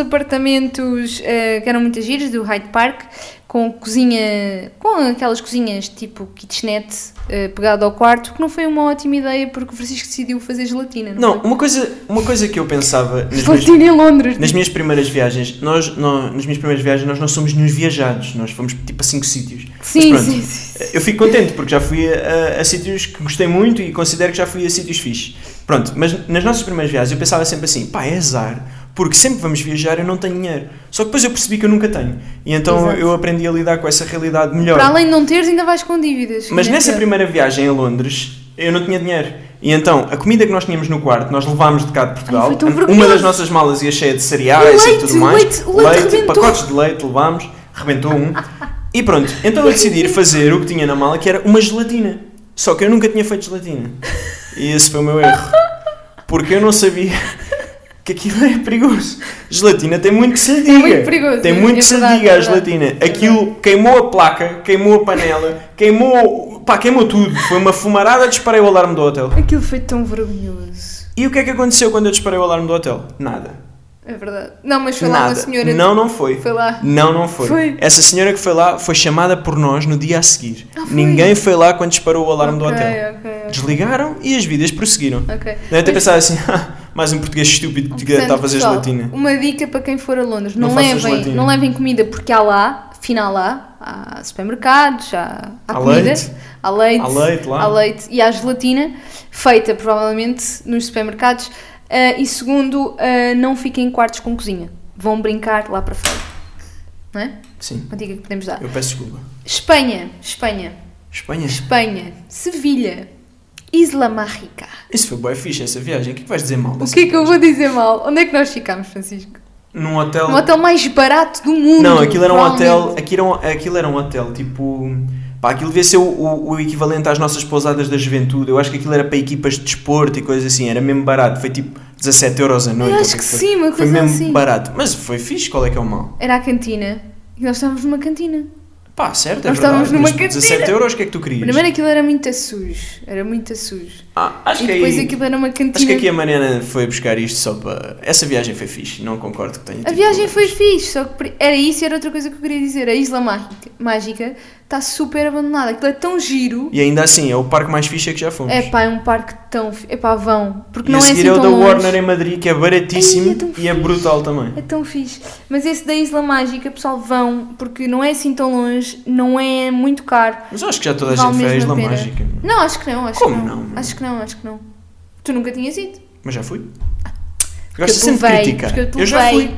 A: apartamentos eh, que eram muito giros, do Hyde Park, com cozinha, com aquelas cozinhas tipo kitchenette eh, pegado ao quarto, que não foi uma ótima ideia porque o Francisco decidiu fazer gelatina, não,
B: Não, assim,
A: foi?
B: uma coisa, uma coisa que eu pensava nas minhas,
A: Gelatina em Londres.
B: nas minhas primeiras viagens, nós, nó- nas minhas primeiras viagens nós não somos nos viajados, nós fomos tipo a cinco sítios. Mas
A: sim,
B: pronto,
A: sim, sim.
B: Eu fico contente porque já fui a, a- a sítios que gostei muito e considero que já fui a sítios fixes. Pronto, mas nas nossas primeiras viagens eu pensava sempre assim: pá, é azar, porque sempre que vamos viajar eu não tenho dinheiro. Só que depois eu percebi que eu nunca tenho. E então
A: Exato.
B: eu aprendi a lidar com essa realidade melhor.
A: Para além de não teres, ainda vais com dívidas.
B: É Mas
A: Ainda
B: nessa
A: é pior.
B: primeira viagem a Londres eu não tinha dinheiro. E então a comida que nós tínhamos no quarto nós levámos de cá de Portugal.
A: Ai, foi tão
B: uma
A: vergonhoso.
B: das nossas malas ia cheia de cereais
A: O leite,
B: e tudo
A: o
B: mais.
A: leite, o leite rebentou.
B: pacotes de leite levámos, rebentou um. E pronto, então eu decidi fazer o que tinha na mala que era uma gelatina. Só que eu nunca tinha feito gelatina. E esse foi o meu erro. Porque eu não sabia que aquilo era perigoso. Gelatina tem muito que se lhe diga.
A: muito perigoso,
B: Tem
A: é-
B: muito
A: é
B: que se lhe
A: verdade,
B: diga
A: é
B: à
A: verdade.
B: gelatina. Aquilo queimou a placa, queimou a panela, queimou. pá, queimou tudo. Foi uma fumarada, disparei o alarme do hotel.
A: Aquilo foi tão vergonhoso.
B: E o que é que aconteceu quando eu disparei o alarme do hotel? Nada.
A: É verdade. Não, mas foi lá
B: Nada.
A: uma senhora.
B: Não, não foi.
A: Foi lá.
B: Não, não foi.
A: Foi.
B: Essa senhora que foi lá foi chamada por nós no dia a seguir.
A: Ah, foi.
B: Ninguém foi lá quando disparou o alarme
A: Ok,
B: do hotel.
A: ok, ok.
B: Desligaram e as vidas prosseguiram.
A: Ok.
B: Devem
A: Mas-
B: ter pensado assim, "Ah, mais um português estúpido que
A: Portanto,
B: está a fazer
A: pessoal,
B: gelatina.
A: Uma dica para quem for a Londres: não,
B: Não façam
A: levem,
B: gelatina.
A: não levem comida porque há lá, afinal lá, há supermercados, há, há
B: Há
A: comida,
B: leite.
A: há leite,
B: Há leite lá.
A: há leite e há gelatina, feita provavelmente nos supermercados. Ah, e segundo, ah, não fiquem em quartos com cozinha, vão brincar lá para fora. Não é?
B: Sim,
A: Uma dica que podemos dar.
B: eu peço desculpa.
A: Espanha, Espanha,
B: Espanha?
A: Espanha, Sevilha, Isla Mágica.
B: Isso foi boa fixe essa viagem. O que é que vais dizer mal?
A: O que é que eu vou dizer mal? Onde é que nós ficámos, Francisco?
B: Num hotel.
A: No hotel Um mais barato do mundo.
B: Não, aquilo era um
A: provavelmente.
B: hotel. Aquilo era um, aquilo era um hotel tipo. Pá, aquilo devia ser o, o- o equivalente às nossas pousadas da juventude. Eu acho que aquilo era para equipas de desporto e coisas assim. Era mesmo barato. Foi tipo 17 euros a noite. ou
A: acho
B: o é
A: que
B: foi.
A: sim, uma
B: Foi
A: coisa
B: mesmo
A: assim.
B: barato. Mas foi fixe. Qual é que é o mal?
A: Era a cantina. E nós estávamos numa cantina.
B: Pá, certo, é
A: Nós
B: verdade.
A: estávamos numa
B: mas
A: cantina.
B: 17 euros, o que é que tu querias?
A: Primeiro aquilo era muito a sujo. Era muito a sujo.
B: Ah, acho
A: e
B: que
A: depois
B: aí-
A: aquilo era uma cantina.
B: Acho que aqui é a Mariana foi buscar isto só para. Essa viagem foi fixe, não concordo que tenha.
A: A
B: tido
A: viagem foi
B: problemas.
A: fixe, só que pre- era isso e era outra coisa que eu queria dizer. A Isla Mágica- Mágica está super abandonada. Aquilo é tão giro.
B: E ainda assim, é o parque mais fixe a que já fomos.
A: É pá, é um parque tão. fi- É pá, vão. Porque
B: e
A: não
B: a
A: é assim
B: seguir é o
A: tão
B: da
A: longe.
B: Warner em Madrid, que é baratíssimo
A: Ai, é tão
B: e é
A: fixe.
B: brutal também.
A: É tão fixe. Mas esse da Isla Mágica, pessoal, vão. Porque não é assim tão longe, não é muito caro.
B: Mas eu acho que já toda a
A: Vale
B: gente fez
A: mesmo
B: lá
A: a pena.
B: mágica.
A: Não, acho que não. Acho
B: Como
A: que
B: não, mano?
A: Acho que não, acho que não. Tu nunca tinhas ido.
B: Mas já fui.
A: Porque
B: Gosto
A: eu te
B: sempre de
A: levei,
B: criticar.
A: porque eu te
B: já
A: levei.
B: fui.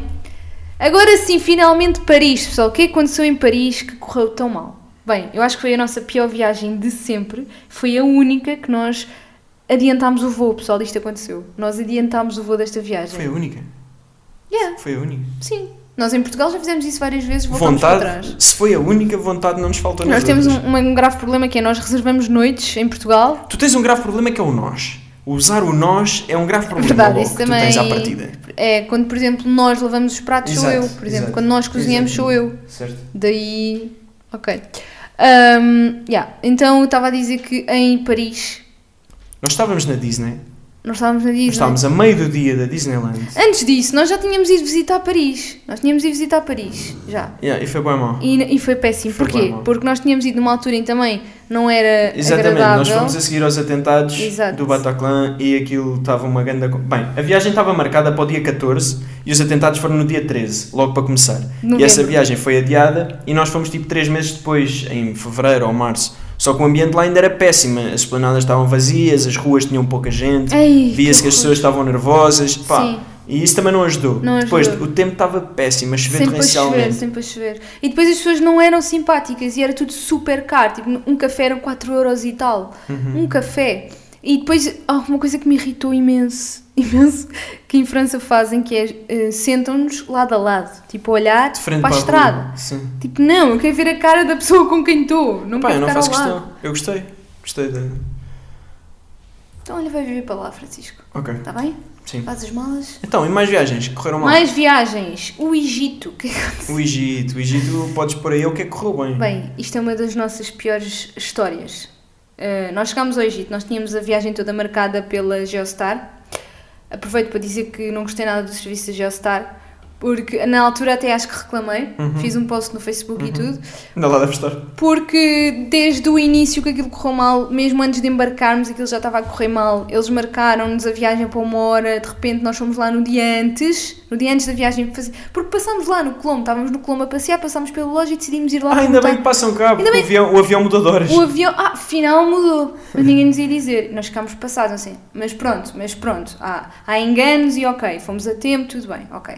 A: Agora sim, finalmente Paris, pessoal. O que é que aconteceu em Paris que correu tão mal? Bem, eu acho que foi a nossa pior viagem de sempre. Foi a única que nós adiantámos o voo, pessoal. Isto aconteceu. Nós adiantámos o voo desta viagem.
B: Foi a única.
A: Yeah,
B: Foi a única.
A: sim. Nós em Portugal já fizemos isso várias vezes, voltámos para trás.
B: Vontade. Se foi a única, vontade não nos faltou
A: Nós
B: nas
A: temos
B: outras.
A: um, um grave problema que é nós reservamos noites em Portugal.
B: Tu tens um grave problema que é o nós. Usar o nós é um grave problema
A: Verdade,
B: logo
A: isso
B: que
A: também.
B: tu tens à partida.
A: É, quando, por exemplo, nós lavamos os pratos, sou
B: Exato,
A: eu. Por exemplo,
B: exato.
A: quando nós cozinhamos, sou eu.
B: Certo.
A: Daí. Ok. Ahm, yeah. Então eu estava a dizer que em Paris
B: Nós estávamos na Disney
A: nós estávamos na Disney.
B: Nós estávamos a meio do dia da Disneyland.
A: Antes disso, nós já tínhamos ido visitar Paris. Nós tínhamos ido visitar Paris, já.
B: Yeah, e foi bem mal.
A: E, e foi péssimo.
B: Foi
A: Porquê?
B: bem mal.
A: Porque nós tínhamos ido numa altura em que também não era
B: Exatamente,
A: É agradável.
B: nós fomos a seguir aos atentados
A: Exato.
B: do Bataclan e aquilo estava uma grande. co- Bem, a viagem estava marcada para o dia 14 e os atentados foram no dia 13, logo para começar.
A: Novembro.
B: E essa viagem foi adiada e nós fomos tipo 3 meses depois, em fevereiro ou março. Só que o ambiente lá ainda era péssimo, as esplanadas estavam vazias, as ruas tinham pouca gente,
A: Ai,
B: via-se que as
A: horror.
B: pessoas estavam nervosas, pá.
A: Sim.
B: E isso também não ajudou.
A: Não
B: depois,
A: ajudou.
B: o tempo estava péssimo, a chover
A: Sempre a chover,
B: torrencialmente.
A: sempre a chover. E depois as pessoas não eram simpáticas e era tudo super caro. Tipo, um café eram 4 euros e tal.
B: Uhum.
A: Um café. E depois, oh, uma coisa que me irritou imenso, imenso, que em França fazem, que é eh, sentam-nos lado a lado, tipo, a olhar
B: De frente
A: para a
B: rua.
A: estrada.
B: Sim.
A: Tipo, não, eu quero ver a cara da pessoa com quem estou. Não
B: Pá,
A: quero
B: eu não
A: ficar
B: faço
A: ao lado.
B: questão. Eu gostei. Gostei da.
A: Então, olha, vai viver para lá, Francisco.
B: Ok,
A: Está bem?
B: sim.
A: Faz as malas.
B: Então, e mais viagens que correram mal?
A: Mais viagens. O Egito. Que... é
B: O Egito. O Egito, podes pôr aí o que é que correu bem.
A: Bem, isto é uma das nossas piores histórias. Uh, nós chegámos ao Egito, nós tínhamos a viagem toda marcada pela Geostar. Aproveito para dizer que não gostei nada do serviço da Geostar, porque na altura até acho que reclamei,
B: Uhum.
A: fiz um post no Facebook e tudo,
B: Ainda lá deve estar.
A: porque desde o início que aquilo correu mal, mesmo antes de embarcarmos, aquilo já estava a correr mal. Eles marcaram-nos a viagem para uma hora, de repente nós fomos lá no dia antes, no dia antes da viagem, fazer- porque passámos lá no Colombo, estávamos no Colombo a passear, passámos pela loja e decidimos ir lá
B: Ah, ainda
A: perguntar-
B: bem que passam cá, porque
A: Ainda bem-
B: o avião, o avião mudou de horas.
A: o avião, ah, afinal mudou. Mas ninguém nos ia dizer. Nós ficámos passados assim. Mas pronto, mas pronto. Há, há enganos e ok, fomos a tempo, tudo bem, ok.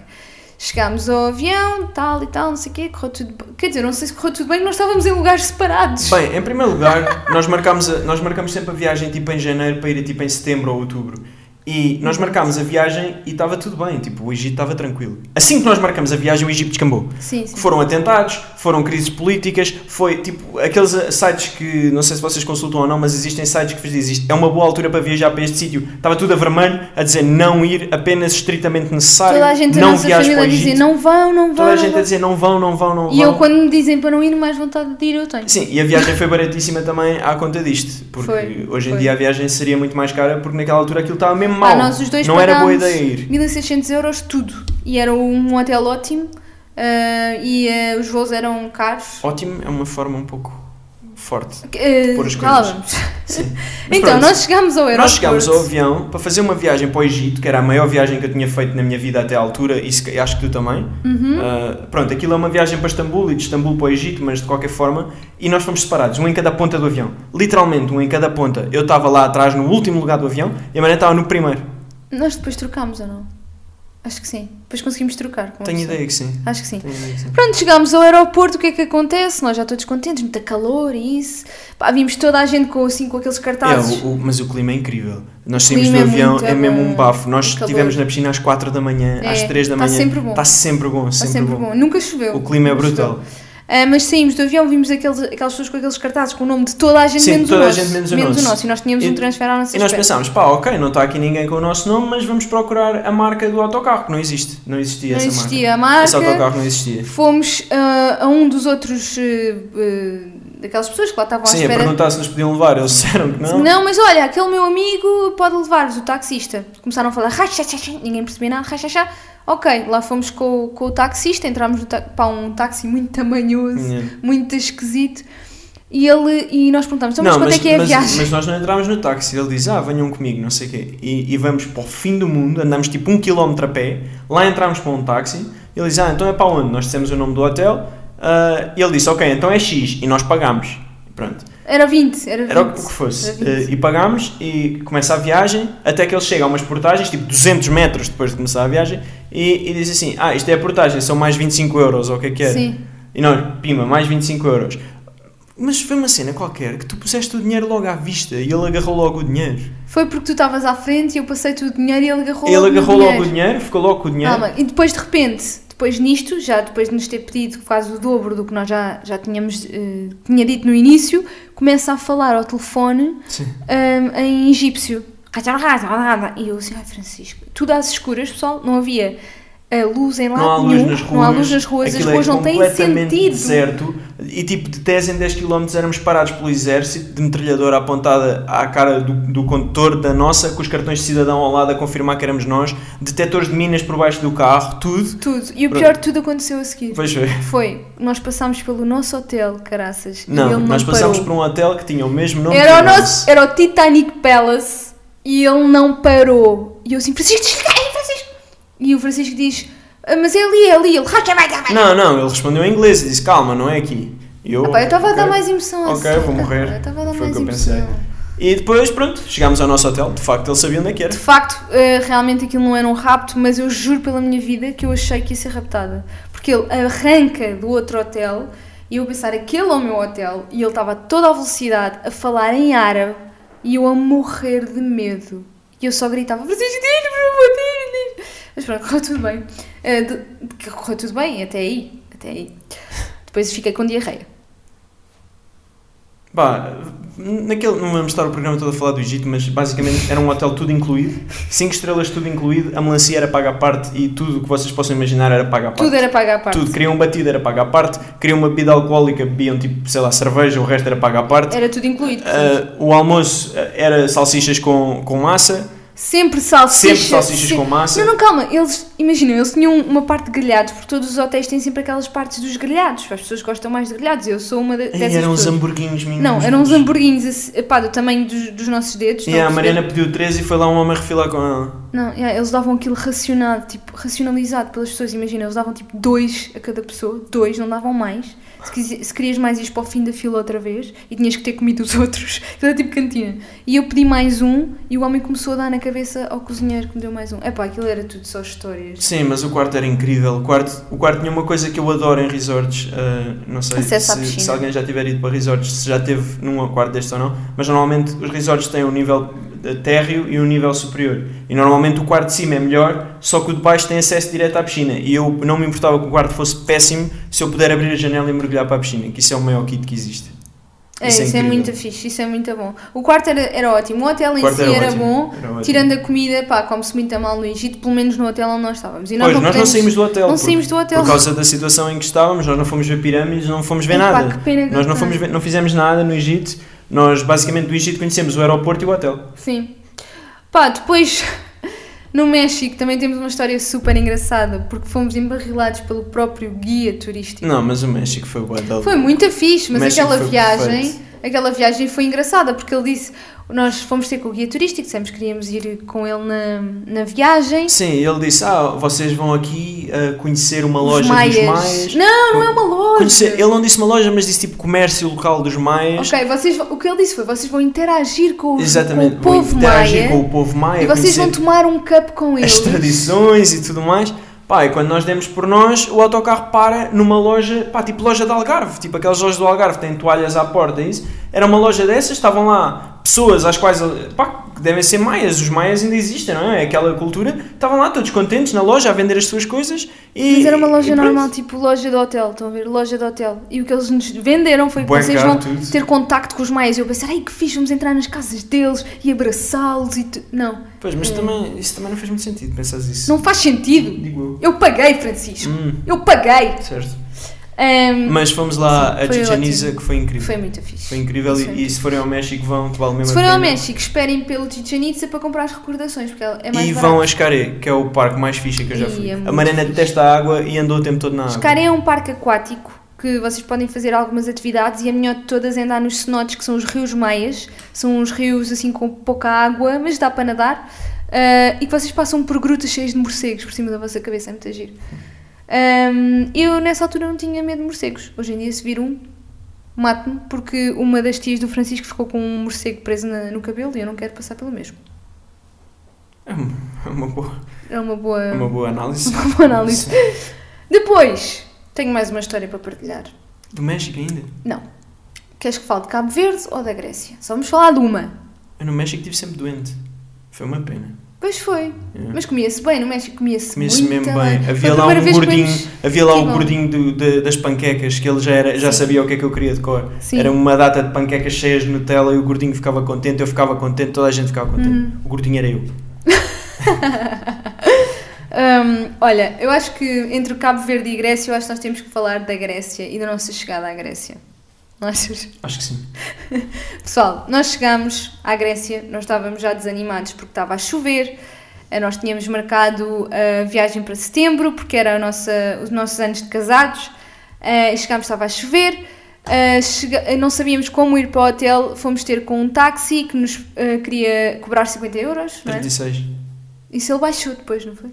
A: Chegámos ao avião, tal e tal, não sei o quê, correu tudo bem. Quer dizer, não sei se correu tudo bem, nós estávamos em lugares separados.
B: Bem, em primeiro lugar, nós marcámos, a- nós marcamos sempre a viagem tipo em janeiro para ir tipo em setembro ou outubro. E nós marcámos a viagem e estava tudo bem, tipo, o Egito estava tranquilo. Assim que nós marcamos a viagem, o Egito descambou.
A: sim, sim.
B: Foram atentados, foram crises políticas, foi tipo aqueles ah, sites que não sei se vocês consultam ou não, mas existem sites que vos dizem isto. É uma boa altura para viajar para este sítio. Estava tudo a vermelho a dizer não ir, apenas estritamente necessário.
A: Toda a gente da
B: não
A: nossa
B: viaje
A: família
B: para
A: a
B: o
A: dizer
B: Egito.
A: não vão, não vão.
B: Toda a
A: não
B: gente a
A: vão.
B: dizer não vão, não vão, não vão.
A: E eu, quando me dizem para não ir, mais vontade de ir eu tenho.
B: Sim, e a viagem foi baratíssima também à conta disto, porque
A: Foi,
B: hoje em
A: foi.
B: dia a viagem seria muito mais cara porque naquela altura aquilo estava mesmo
A: Pá,
B: mal.
A: nós os dois
B: não era boa
A: pagámos
B: ideia ir.
A: 1600 euros tudo. E era um hotel ótimo. ah, e ah, os voos eram caros.
B: Ótimo é uma forma um pouco forte.
A: Eh,
B: Pôr as
A: lá
B: coisas.
A: vamos.
B: Sim. Mas
A: Então,
B: pronto.
A: nós chegámos ao aeroporto.
B: Nós chegámos ao avião para fazer uma viagem para o Egito, que era a maior viagem que eu tinha feito na minha vida até à altura, e se- acho que tu também.
A: Uhum.
B: Ah, pronto, aquilo é uma viagem para Istambul e de Istambul para o Egito, mas de qualquer forma, e nós fomos separados, um em cada ponta do avião. Literalmente, um em cada ponta. Eu estava lá atrás, no último lugar do avião, e a Mariana estava no primeiro.
A: Nós depois trocámos ou não? Acho que sim. Depois conseguimos trocar. com a
B: Tenho
A: pessoa.
B: ideia que sim.
A: Acho que sim.
B: Tenho ideia que sim.
A: Pronto, chegámos ao aeroporto, o que é que acontece? Nós já todos contentes, muito calor e isso. Pá, vimos toda a gente com, assim, com aqueles
B: É,
A: cartazes.
B: o, o- mas o clima é incrível. Nós
A: O
B: saímos do
A: clima é
B: avião,
A: muito
B: é mesmo um
A: bom.
B: bafo. Nós
A: O calor.
B: estivemos na piscina às 4 da manhã,
A: É,
B: às 3 da
A: tá
B: manhã.
A: sempre bom.
B: Está sempre bom,
A: Está
B: sempre,
A: sempre
B: bom.
A: bom. Nunca choveu.
B: O clima é
A: Nunca
B: brutal.
A: choveu. Ah, mas saímos do avião, vimos aqueles, aquelas pessoas com aqueles cartazes com o nome de toda a gente,
B: Sim,
A: menos,
B: toda
A: o
B: a
A: nosso,
B: gente menos o nosso.
A: E nós tínhamos
B: E-
A: um transfer à nossa
B: E nós
A: espera.
B: pensámos, pá, ok, não está aqui ninguém com o nosso nome, mas vamos procurar a marca do autocarro, que não existe. Não existia
A: Não
B: essa
A: existia a
B: marca. Esse
A: marca.
B: autocarro não existia.
A: Fomos ah, a um dos outros. ah, ah, daquelas pessoas que lá estavam à
B: Sim, a
A: espera.
B: perguntar se nos podiam levar, eles disseram que não.
A: Não. mas olha, aquele meu amigo pode levar-vos, o taxista. Começaram a falar, rachachachá, ninguém percebia nada, rachachá. Ok, lá fomos com, o- com o taxista, entramos para um táxi muito tamanhoso,
B: Yeah.
A: muito esquisito. E, ele, e nós perguntamos, então, mas quanto é que é a
B: mas-
A: viagem?
B: mas nós não entrámos no táxi. Ele diz: Ah, venham comigo, não sei o quê. E, e vamos para o fim do mundo, andamos tipo um quilómetro a pé. Lá entramos para um táxi. Ele diz: Ah, então é para onde? Nós dissemos o nome do hotel. ah, e ele disse: Ok, então é X. E nós pagámos. Pronto.
A: Era 20, era 20.
B: Era o que fosse.
A: Era 20.
B: Eh, e pagámos e começa a viagem, até que ele chega a umas portagens, tipo 200 metros depois de começar a viagem, e, e diz assim: Ah, isto é a portagem, são mais 25 euros, ou o que é que é?
A: Sim.
B: E nós, pima, mais 25 euros. Mas foi uma cena qualquer que tu puseste o dinheiro logo à vista e ele agarrou logo o dinheiro.
A: Foi porque tu estavas à frente e eu passei-te o dinheiro e ele agarrou
B: ele
A: logo o
B: agarrou
A: dinheiro. Ah,
B: logo o dinheiro, ficou logo com o dinheiro.
A: Calma, e depois de repente, depois nisto, já depois de nos ter pedido quase o dobro do que nós já, já tínhamos eh, tinha dito no início, começa a falar ao telefone
B: Sim.
A: ahm, em egípcio. E eu assim, ai Francisco, tudo às escuras, pessoal, não havia eh, luz em lado
B: Não há luz
A: nenhum,
B: nas ruas.
A: não há luz nas ruas, as
B: aquilo
A: ruas
B: é
A: não têm
B: completamente
A: sentido.
B: deserto. E tipo, de 10 em 10 km éramos parados pelo exército, de metralhadora apontada à cara do, do condutor da nossa, com os cartões de cidadão ao lado a confirmar que éramos nós, detectores de minas por baixo do carro, tudo.
A: Tudo. E o
B: Pronto.
A: pior de tudo aconteceu a seguir.
B: Pois foi.
A: Foi, nós passámos pelo nosso hotel, caraças,
B: Não,
A: e ele não
B: nós passámos
A: parou.
B: por um hotel que tinha o mesmo nome
A: Era o
B: que nosso.
A: nosso, era o Titanic Palace e ele não parou. E eu assim, Francisco, desliga aí, Francisco. E o Francisco diz, "Ah, mas é ali, é ali. Ele, racha, vai, vai, vai.
B: Não, não, ele respondeu em inglês e disse: Calma, não é aqui. E Eu
A: Ah pá, eu estava a dar
B: ok.
A: mais emoção
B: Ok,
A: assim,
B: vou
A: pá,
B: morrer.
A: Eu estava a dar
B: Foi o
A: mais
B: que eu
A: emoção.
B: pensei. E depois, pronto, chegámos ao nosso hotel. De facto, ele sabia onde é que era.
A: De facto, eh, realmente aquilo não era um rapto, mas eu juro pela minha vida que eu achei que ia ser raptada. Porque ele arranca do outro hotel e eu a pensar, aquele é o meu hotel. E ele estava a toda a velocidade a falar em árabe e eu a morrer de medo. E eu só gritava, Francisco, diz, por favor, diz, diz." Mas pronto, correu tudo bem. Eh, de- de- correu tudo bem, até aí, até aí. Depois fiquei com diarreia.
B: Pá, naquele, não vamos estar o programa todo a falar do Egito, mas basicamente era um hotel tudo incluído, 5 estrelas tudo incluído, a melancia era paga à parte e tudo o que vocês possam imaginar era paga à parte.
A: Tudo era pago à parte.
B: Tudo, queriam um batido era paga à parte, queriam uma bebida alcoólica, bebiam tipo, sei lá, cerveja, o resto era paga à parte.
A: Era tudo incluído. portanto.
B: Ah, o almoço ah, era salsichas com, com massa,
A: sempre salsichas.
B: sempre salsichas
A: se-
B: com massa.
A: Não, não, calma, eles, imagina, eles tinham uma parte de grelhados, porque todos os hotéis têm sempre aquelas partes dos grelhados, as pessoas gostam mais de grelhados, eu sou uma de-
B: E
A: dessas
B: eram uns
A: pessoas.
B: hamburguinhos meninos.
A: Não, eram uns hamburguinhos, assim, pá, do tamanho dos, dos nossos dedos.
B: E
A: estão
B: a
A: perceber?
B: Mariana pediu 3 e foi lá um homem refilar com ela.
A: Não, yeah, eles davam aquilo racionado, tipo, racionalizado pelas pessoas, imagina, eles davam tipo dois a cada pessoa, dois, não davam mais. Se, quisi- se querias mais, ias para o fim da fila outra vez e tinhas que ter comido os outros. Aquilo era tipo cantina. E eu pedi mais um e o homem começou a dar na cabeça ao cozinheiro que me deu mais um. Epá, aquilo era tudo só histórias.
B: Sim, mas o quarto era incrível. O quarto, o quarto tinha uma coisa que eu adoro em resorts. ah, não sei se,
A: Acesso à piscina.
B: se alguém já tiver ido para resorts, se já teve num quarto deste ou não. Mas normalmente os resorts têm um nível eh, térreo e um nível superior. E normalmente o quarto de cima é melhor, só que o de baixo tem acesso direto à piscina. E eu não me importava que o quarto fosse péssimo se eu puder abrir a janela e mergulhar para a piscina, que isso é o maior kit que existe.
A: É, isso, é,
B: incrível.
A: muito fixe, isso é muito bom. O quarto era, era ótimo, o hotel em
B: O quarto
A: si
B: era
A: era,
B: ótimo,
A: bom,
B: era ótimo.
A: tirando a comida, pá, come-se muito a mal no Egito, pelo menos no hotel onde nós estávamos. E
B: Pois, nós não saímos do hotel.
A: Não
B: porque-
A: saímos do hotel.
B: Por causa da situação em que estávamos, nós não fomos ver pirâmides, não fomos ver
A: Epá,
B: nada.
A: que pena que
B: nós não,
A: tá.
B: fomos ver- não fizemos nada no Egito. Nós, basicamente, do Egito conhecemos o aeroporto e o hotel.
A: Sim. Pá, depois no México também temos uma história super engraçada, porque fomos embarrilados pelo próprio guia turístico.
B: Não, mas o México foi boa da
A: Tipo, Foi muito fixe, mas
B: México
A: aquela
B: foi
A: viagem,
B: perfeito.
A: aquela viagem foi engraçada, porque ele disse, nós fomos ter com o guia turístico, dissemos que queríamos ir com ele na, na viagem.
B: Sim, ele disse: Ah, vocês vão aqui ah, conhecer uma
A: Os
B: loja dos
A: maias.
B: maias.
A: Não, não é uma loja.
B: Conhecer- ele não disse uma loja, mas disse tipo comércio local dos maias.
A: Ok, vocês, vão- o que ele disse foi: vocês vão interagir com, os-
B: Exatamente,
A: com o povo
B: interagir
A: maia
B: com o povo maia.
A: e vocês
B: conhecer-
A: vão tomar um cup com
B: as
A: eles.
B: tradições e tudo mais. Pá, e quando nós demos por nós, o autocarro para numa loja, pá, tipo loja de Algarve, tipo aquelas lojas do Algarve que têm toalhas à porta, é isso? Era uma loja dessas, estavam lá pessoas às quais. Pá, que devem ser maias, os maias ainda existem, não é? Aquela cultura. Estavam lá todos contentes na loja a vender as suas coisas e.
A: Mas era uma
B: e
A: loja
B: pronto.
A: normal, tipo loja de hotel, estão a ver? Loja de hotel. E o que eles nos venderam foi que
B: Bué
A: vocês
B: caro
A: vão
B: tudo.
A: ter contacto com os maias. Eu pensei, ai que fixe, vamos entrar nas casas deles e abraçá-los e tu... Não,
B: Pois, mas também, isso também não faz muito sentido, pensas isso.
A: não faz sentido.
B: Digo
A: Eu paguei,
B: eu.
A: Francisco.
B: Hum,
A: Eu paguei.
B: certo.
A: Ahm,
B: Mas fomos lá
A: Sim,
B: a
A: foi
B: Chichen Itza, que foi incrível.
A: foi
B: Foi,
A: muito fixe.
B: incrível
A: Sim.
B: e, e se forem ao México vão, que vale mesmo
A: Se
B: a
A: forem ao
B: pena.
A: México, esperem pelo Chichen Itza para comprar as recordações, porque é mais
B: E
A: barato.
B: vão a Xcaré, que é o parque mais fixe que eu já
A: Ih,
B: fui.
A: é
B: a
A: muito
B: Mariana
A: fixe.
B: detesta a água e andou o tempo todo na água.
A: Escaré é um parque aquático que vocês podem fazer algumas atividades e a melhor de todas é andar nos cenotes, que são os rios maias. São uns rios assim com pouca água, mas dá para nadar. Ah, e que vocês passam por grutas cheias de morcegos por cima da vossa cabeça, é muito giro. Ahm, eu nessa altura não tinha medo de morcegos. Hoje em dia, se vir um, mato-me, porque uma das tias do Francisco ficou com um morcego preso na- no cabelo e eu não quero passar pelo mesmo.
B: É uma, é uma boa,
A: É uma boa,
B: é uma boa análise.
A: uma boa análise. Depois, tenho mais uma história para partilhar.
B: Do México ainda?
A: Não. Queres que fale de Cabo Verde ou da Grécia? Só vamos falar de uma.
B: Eu no México estive sempre doente. Foi uma pena.
A: Pois foi.
B: É.
A: Mas comia-se bem, no México comia-se
B: Comia-se
A: muito
B: mesmo
A: bem.
B: bem.
A: Foi a
B: Havia lá
A: primeira
B: um
A: vez que
B: gordinho,
A: comemos-
B: havia lá
A: Que
B: um
A: bom.
B: gordinho do- de- das panquecas, que ele já, era, já
A: Sim.
B: sabia o que é que eu queria de cor.
A: Sim.
B: Era uma data de panquecas cheias de Nutella e o gordinho ficava contente, eu ficava contente, toda a gente ficava contente.
A: Uhum.
B: O gordinho era eu.
A: Hum, olha, eu acho que entre o Cabo Verde e a Grécia, eu acho que nós temos que falar da Grécia e da nossa chegada à Grécia. Não achas?
B: Acho que sim.
A: Pessoal, nós chegámos à Grécia, nós estávamos já desanimados porque estava a chover, eh, nós tínhamos marcado a viagem para setembro porque era a nossa, os nossos anos de casados, eh, e chegámos, estava a chover, eh, chega- eh, não sabíamos como ir para o hotel, fomos ter com um táxi que nos eh, queria cobrar 50 euros, não é?
B: 36.
A: Isso ele baixou depois, não foi?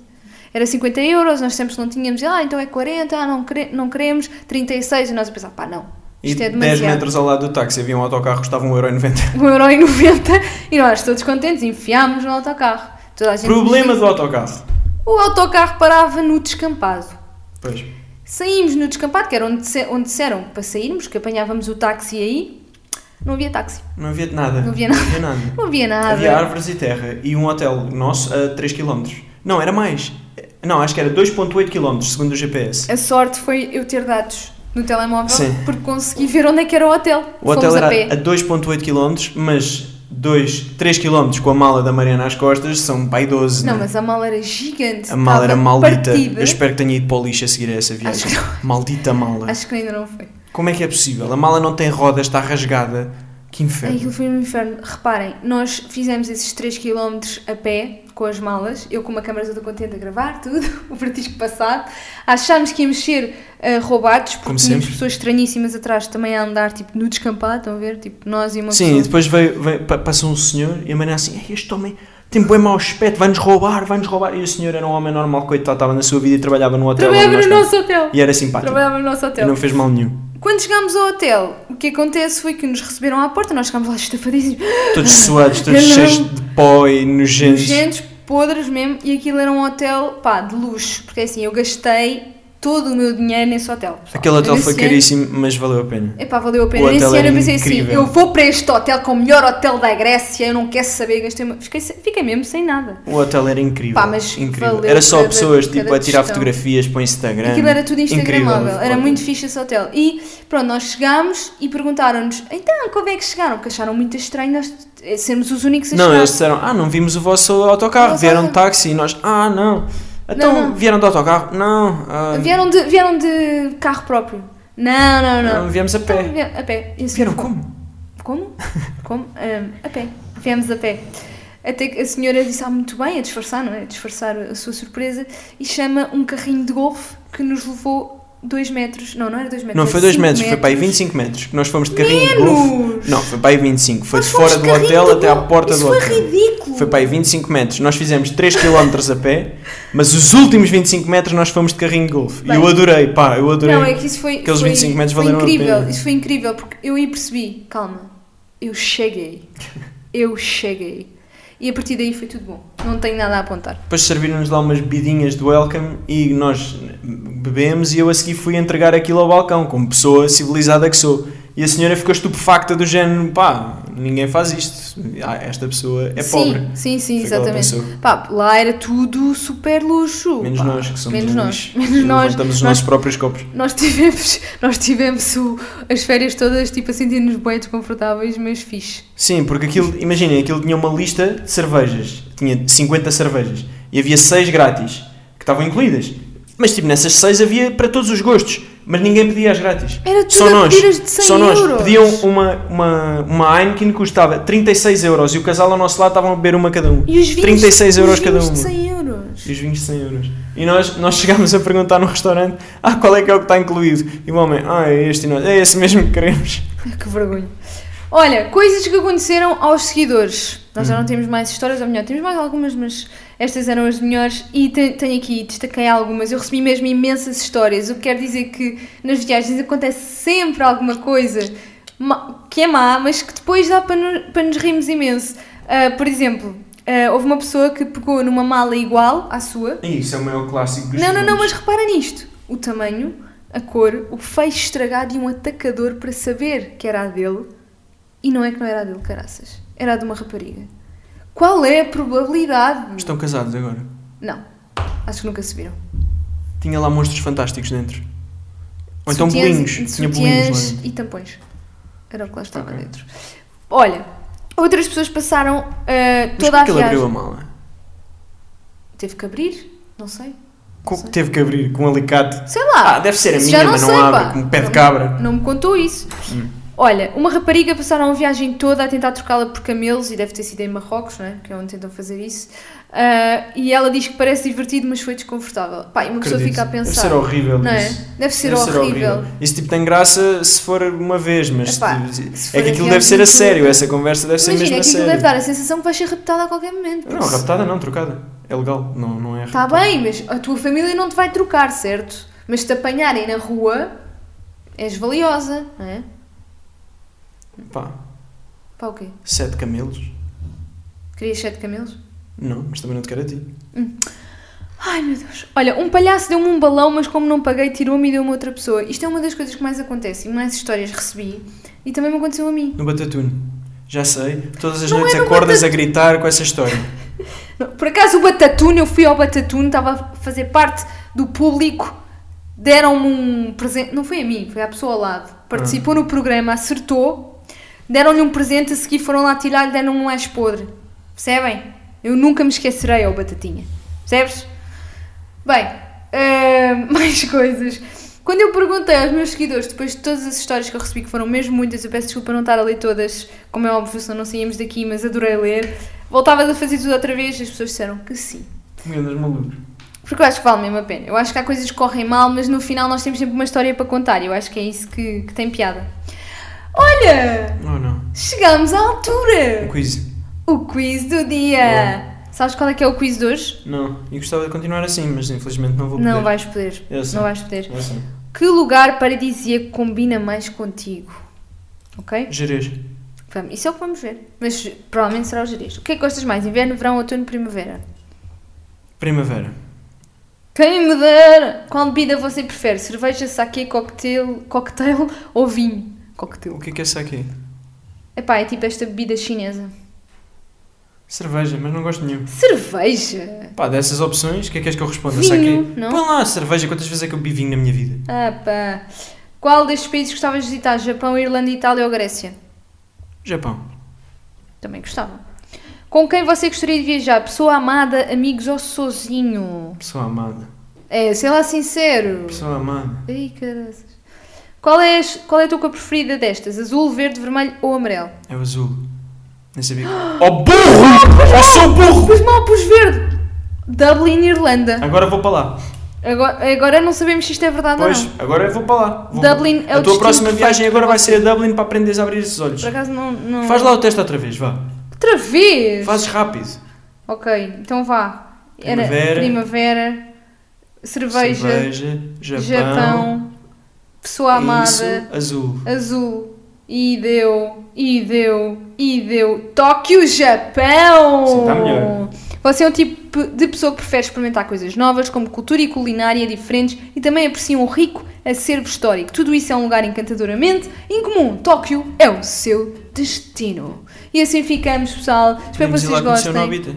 A: Era 50 euros, nós sempre não tínhamos, ah, então é 40, ah, não, quere- não queremos, 36, e nós a pensar, pá, não,
B: E
A: isto é
B: 10
A: demasiado.
B: metros ao lado do táxi havia um autocarro que custava 1,90€.
A: 1,90€ e nós todos contentes enfiámos no autocarro. Toda a gente
B: Problema do autocarro.
A: O autocarro parava no descampado.
B: Pois.
A: Saímos no descampado, que era onde, disse- onde disseram para sairmos, que apanhávamos o táxi aí. Não havia táxi,
B: Não havia nada.
A: Não havia nada.
B: Não havia nada.
A: não havia nada.
B: Havia árvores e terra e um hotel nosso a 3 km. Não, era mais. Não, acho que era 2,8 km, segundo o GPS.
A: A sorte foi eu ter dados no telemóvel,
B: Sim.
A: porque consegui ver onde é que era o hotel.
B: O
A: Fomos
B: hotel
A: a
B: era
A: pé.
B: a 2,8 km, mas 2, 3 km com a mala da Mariana às costas são pai 12.
A: Não,
B: né?
A: mas a mala era gigante.
B: A mala era
A: estava
B: maldita.
A: partida.
B: Eu espero que tenha ido para o lixo a seguir a essa viagem.
A: Acho que
B: Maldita mala.
A: Acho que ainda não foi.
B: Como é que é possível? A mala não tem rodas, está rasgada. Que
A: Ai,
B: inferno.
A: Aquilo foi um inferno. Reparem, nós fizemos esses 3 km a pé com as malas, eu com uma câmera toda contente a gravar tudo, o Francisco passado. Achámos que íamos ser ah, roubados porque
B: Como
A: tínhamos
B: sempre.
A: pessoas estranhíssimas atrás também a andar, tipo no descampado, estão a ver? Tipo nós e uma
B: Sim, e
A: pessoa.
B: depois veio, veio- pa- passou um senhor e a Mariana assim: "Ei, Este homem tem bem mau aspecto, vai-nos roubar, vai-nos roubar. E o senhor era um homem normal, coitado, estava na sua vida e trabalhava no hotel. onde
A: Trabalhava
B: nós
A: no
B: estávamos.
A: nosso hotel.
B: E era simpático.
A: Trabalhava no nosso
B: E
A: hotel.
B: não fez mal nenhum.
A: Quando chegámos ao hotel, o que acontece foi que nos receberam à porta, nós chegámos lá estafadíssimos,
B: Todos suados, todos
A: Não.
B: cheios de pó e nojentos.
A: gentes podres mesmo, e aquilo era um hotel, pá, de luxo, porque assim, eu gastei todo o meu dinheiro nesse hotel. pessoal.
B: Aquele hotel foi
A: Nesse ano-
B: caríssimo, mas valeu a pena.
A: Epá, valeu a
B: O
A: pena.
B: hotel
A: Nesse ano
B: era
A: eu pensei assim:
B: incrível.
A: eu vou para este hotel que é o melhor hotel da Grécia, eu não quero saber. Gastei uma... Fiquei, sem- fiquei mesmo sem nada.
B: O hotel era incrível.
A: Pá, mas
B: incrível.
A: valeu
B: Era só
A: cada-
B: pessoas tipo
A: cada
B: a tirar
A: tostão.
B: fotografias para o Instagram.
A: Aquilo era tudo Instagramável,
B: Incrível.
A: era muito fixe esse hotel. E pronto, nós chegámos e perguntaram-nos: então, como é que chegaram? Porque acharam muito estranho nós eh, sermos os únicos a
B: Não,
A: chegar.
B: eles disseram, ah, não vimos o vosso autocarro,
A: Nossa,
B: vieram de
A: olha.
B: táxi e nós, ah, não. Então
A: Não, não.
B: vieram de autocarro? Não. ah,
A: Vieram, de, vieram de carro próprio. Não, não, não.
B: não, Viemos a
A: Então,
B: pé.
A: vie- a pé. E assim,
B: Vieram
A: foi.
B: como?
A: Como? Como? Ahm, a pé. Viemos a pé. Até que a senhora disse ah, muito bem, a disfarçar, não é? A disfarçar a sua surpresa e chama um carrinho de golfe que nos levou 2 metros. Não, não era 2 metros.
B: Não
A: era
B: foi 2
A: cinco
B: metros, foi para aí 25 metros. que Nós fomos de carrinho de
A: Menos!
B: golfe. Não, foi para aí 25. Foi
A: Nós
B: de
A: fomos
B: fora do
A: um carrinho
B: hotel
A: de
B: até à
A: golfe.
B: porta
A: Isso
B: do hotel.
A: Foi ridículo.
B: Foi para aí 25 metros. Nós fizemos 3 km a pé, mas os últimos 25 metros nós fomos de carrinho de golfe. E
A: Bem.
B: eu adorei, pá, eu adorei.
A: Não, é que isso foi.
B: Aqueles
A: foi,
B: 25 metros
A: foi
B: valeram a
A: incrível.
B: pena.
A: Isso foi incrível porque eu aí percebi, calma, eu cheguei. Eu cheguei. E a partir daí foi tudo bom. Não tenho nada a apontar.
B: Depois serviram-nos lá umas bebidinhas de welcome e nós bebemos e eu a seguir fui entregar aquilo ao balcão, como pessoa civilizada que sou. E a senhora ficou estupefacta do género, pá, ninguém faz isto. Ah, esta pessoa é
A: sim,
B: pobre.
A: Sim, sim,
B: Foi o que ela
A: exatamente.
B: pensou.
A: Pá, lá era tudo super luxo.
B: Menos
A: pá.
B: nós, que somos
A: Menos
B: um
A: nós.
B: lixo.
A: Menos nós.
B: Levantamos os
A: nós,
B: nossos próprios copos.
A: nós tivemos, nós tivemos o- as férias todas tipo a sentir-nos bem desconfortáveis, mas fixe.
B: Sim, porque aquilo, imaginem, aquilo tinha uma lista de cervejas, tinha 50 cervejas e havia 6 grátis que estavam incluídas. Mas tipo, nessas 6 havia para todos os gostos, mas ninguém pedia as grátis.
A: Era tudo a pedir as de 100
B: só nós
A: euros.
B: pediam uma, uma, uma Heineken que custava 36 euros e o casal ao nosso lado estavam a beber uma cada um.
A: E os vinhos,
B: 36
A: os
B: euros
A: vinhos
B: cada um.
A: de 100 euros.
B: E os vinhos de 100 euros. E nós, nós chegámos a perguntar no restaurante: Ah, qual é que é o que está incluído? E o homem: Ah, é este e nós. É esse mesmo que queremos.
A: Que vergonha. Olha, coisas que aconteceram aos seguidores. Nós já não temos mais histórias, ou melhor, temos mais algumas, mas estas eram as melhores. E te- tenho aqui, destaquei algumas. Eu recebi mesmo imensas histórias. O que quer dizer que nas viagens acontece sempre alguma coisa ma- que é má, mas que depois dá para, no- para nos rirmos imenso. Ah, por exemplo, ah, houve uma pessoa que pegou numa mala igual à sua.
B: E isso é o maior clássico dos
A: Não, não, não,
B: filmes.
A: mas repara nisto: o tamanho, a cor, o feixe estragado e um atacador para saber que era a dele. E não é que não era a dele, caraças. Era a de uma rapariga. Qual é a probabilidade?
B: Estão casados agora.
A: Não, acho que nunca se viram.
B: Tinha lá monstros fantásticos dentro. Ou então
A: Sutiãs-
B: bolinhos. Tinha bolinhos lá
A: sutiãs
B: dentro.
A: e tampões. Era o que lá estava
B: Ok.
A: dentro. Olha, outras pessoas passaram ah,
B: Mas
A: toda a
B: porquê ele
A: viagem.
B: abriu a mala?
A: Teve que abrir? Não sei.
B: Co-
A: sei.
B: Teve que abrir com um alicate.
A: Sei lá.
B: Ah, deve ser a
A: Isso
B: minha,
A: já não
B: mas não
A: sei,
B: abre,
A: pá.
B: como um pé de
A: Não-
B: cabra. Hum,
A: Não me contou isso. Olha, uma rapariga passaram a viagem toda a tentar trocá-la por camelos e deve ter sido em Marrocos, não é? Que é onde tentam fazer isso. Ah, e ela diz que parece divertido, mas foi desconfortável. Pá, e uma pessoa
B: Acredito.
A: fica a pensar.
B: Deve ser horrível
A: não é?
B: isso.
A: Deve ser
B: Deve
A: horrível.
B: Isso tipo tem graça se for uma vez, mas
A: Epá,
B: se-
A: se for
B: é que
A: a
B: aquilo
A: viagem
B: deve ser a
A: toda.
B: sério, essa conversa deve ser
A: Imagina,
B: mesmo
A: é
B: a
A: que aquilo deve
B: sério.
A: dar a sensação que vais ser raptada a qualquer momento.
B: Não, raptada não, trocada. É legal, não, não é
A: Está
B: raptada.
A: bem, mas a tua família não te vai trocar, certo? Mas se te apanharem na rua, és valiosa, não é?
B: Pá,
A: Para o quê?
B: sete camelos?
A: Querias sete camelos?
B: Não, mas também não te quero a ti.
A: Ai meu Deus. Olha, um palhaço deu-me um balão, mas como não paguei, tirou-me e deu-me outra pessoa. Isto é uma das coisas que mais acontece e mais histórias recebi e também me aconteceu a mim.
B: No Batatune. Já sei, todas as
A: Não
B: noites
A: é no
B: acordas a gritar com essa história.
A: Não, por acaso o Batatune, eu fui ao Batatune, estava a fazer parte do público, deram-me um presente, não foi a mim, foi à pessoa ao lado. Participou no programa, acertou, deram-lhe um presente, a seguir foram lá tirar e deram um mais podre. Percebem? Eu nunca me esquecerei ao Batatinha. Percebes? Bem, ah, mais coisas. Quando eu perguntei aos meus seguidores, depois de todas as histórias que eu recebi, que foram mesmo muitas, eu peço desculpa não estar a ler todas, como é óbvio, senão não saímos daqui, mas adorei ler. Voltavas a fazer tudo outra vez e as pessoas disseram que sim.
B: Meu Deus, maluco.
A: Porque eu acho que vale mesmo a pena. Eu acho que há coisas que correm mal, mas no final nós temos sempre uma história para contar. e Eu acho que é isso que, que tem piada. Olha!
B: Não, não.
A: Chegámos à
B: Um
A: altura!
B: quiz.
A: O quiz do dia! Sabes qual é que é o quiz de hoje?
B: Não, e gostava de continuar assim, mas infelizmente não vou poder.
A: Não vais poder.
B: Eu sei.
A: Não vais poder.
B: Eu sei.
A: Que lugar paradisíaco combina mais contigo? Ok?
B: Jerez.
A: Vamos. Isso é o que vamos ver. Mas provavelmente será o Jerez. O que é que gostas mais? Inverno, verão, outono, primavera?
B: Primavera.
A: Quem me dera! Qual bebida você prefere? Cerveja, saquê, cocktail, cocktail ou vinho?
B: O
A: Cocktail.
B: que é que é essa aqui?
A: Epá, é tipo esta bebida chinesa.
B: Cerveja, mas não gosto de nenhum.
A: Cerveja!
B: Pá, dessas opções, o que é que és que eu respondo?
A: Vinho,
B: Saquê?
A: não?
B: Põe lá cerveja, quantas vezes é que eu bebi vinho na minha vida?
A: Ah pá! Qual destes países gostavas de visitar? Japão, Irlanda, Itália ou Grécia?
B: Japão.
A: Também gostava. Com quem você gostaria de viajar? Pessoa amada, amigos ou sozinho?
B: Pessoa amada.
A: É, sei lá, sincero.
B: Pessoa amada.
A: Ai, caraças. Qual é, as- qual é a tua cor preferida destas? Azul, verde, vermelho ou amarelo?
B: É o azul. Nem sabia. oh, burro! Oh, sou burro!
A: Pus mal, pus verde! Dublin, Irlanda.
B: Agora vou para lá.
A: Agora, agora não sabemos se isto é verdade
B: Pois,
A: ou não.
B: agora eu vou para lá. Vou
A: Dublin é o
B: A tua
A: destino
B: próxima
A: perfeito
B: viagem agora
A: para
B: vai
A: você.
B: ser a Dublin para aprenderes a abrir esses olhos.
A: Por acaso não. não...
B: Faz lá o teste outra vez, vá.
A: Outra vez!
B: Fazes rápido.
A: Ok, então vá. Era
B: Primavera.
A: primavera, cerveja,
B: Japão.
A: Japão, pessoa amada,
B: Isso, azul.
A: azul. E deu, e deu, e deu. Tóquio, Japão!
B: Sim, tá melhor.
A: Você é um tipo de pessoa que prefere experimentar coisas novas, como cultura e culinária diferentes, e também aprecia um rico acervo histórico. Tudo isso é um lugar encantadoramente incomum. Tóquio é o seu destino. E assim ficamos, pessoal. Espero
B: Podemos
A: que
B: ir lá
A: vocês
B: conhecer o
A: gostem.
B: Nobita.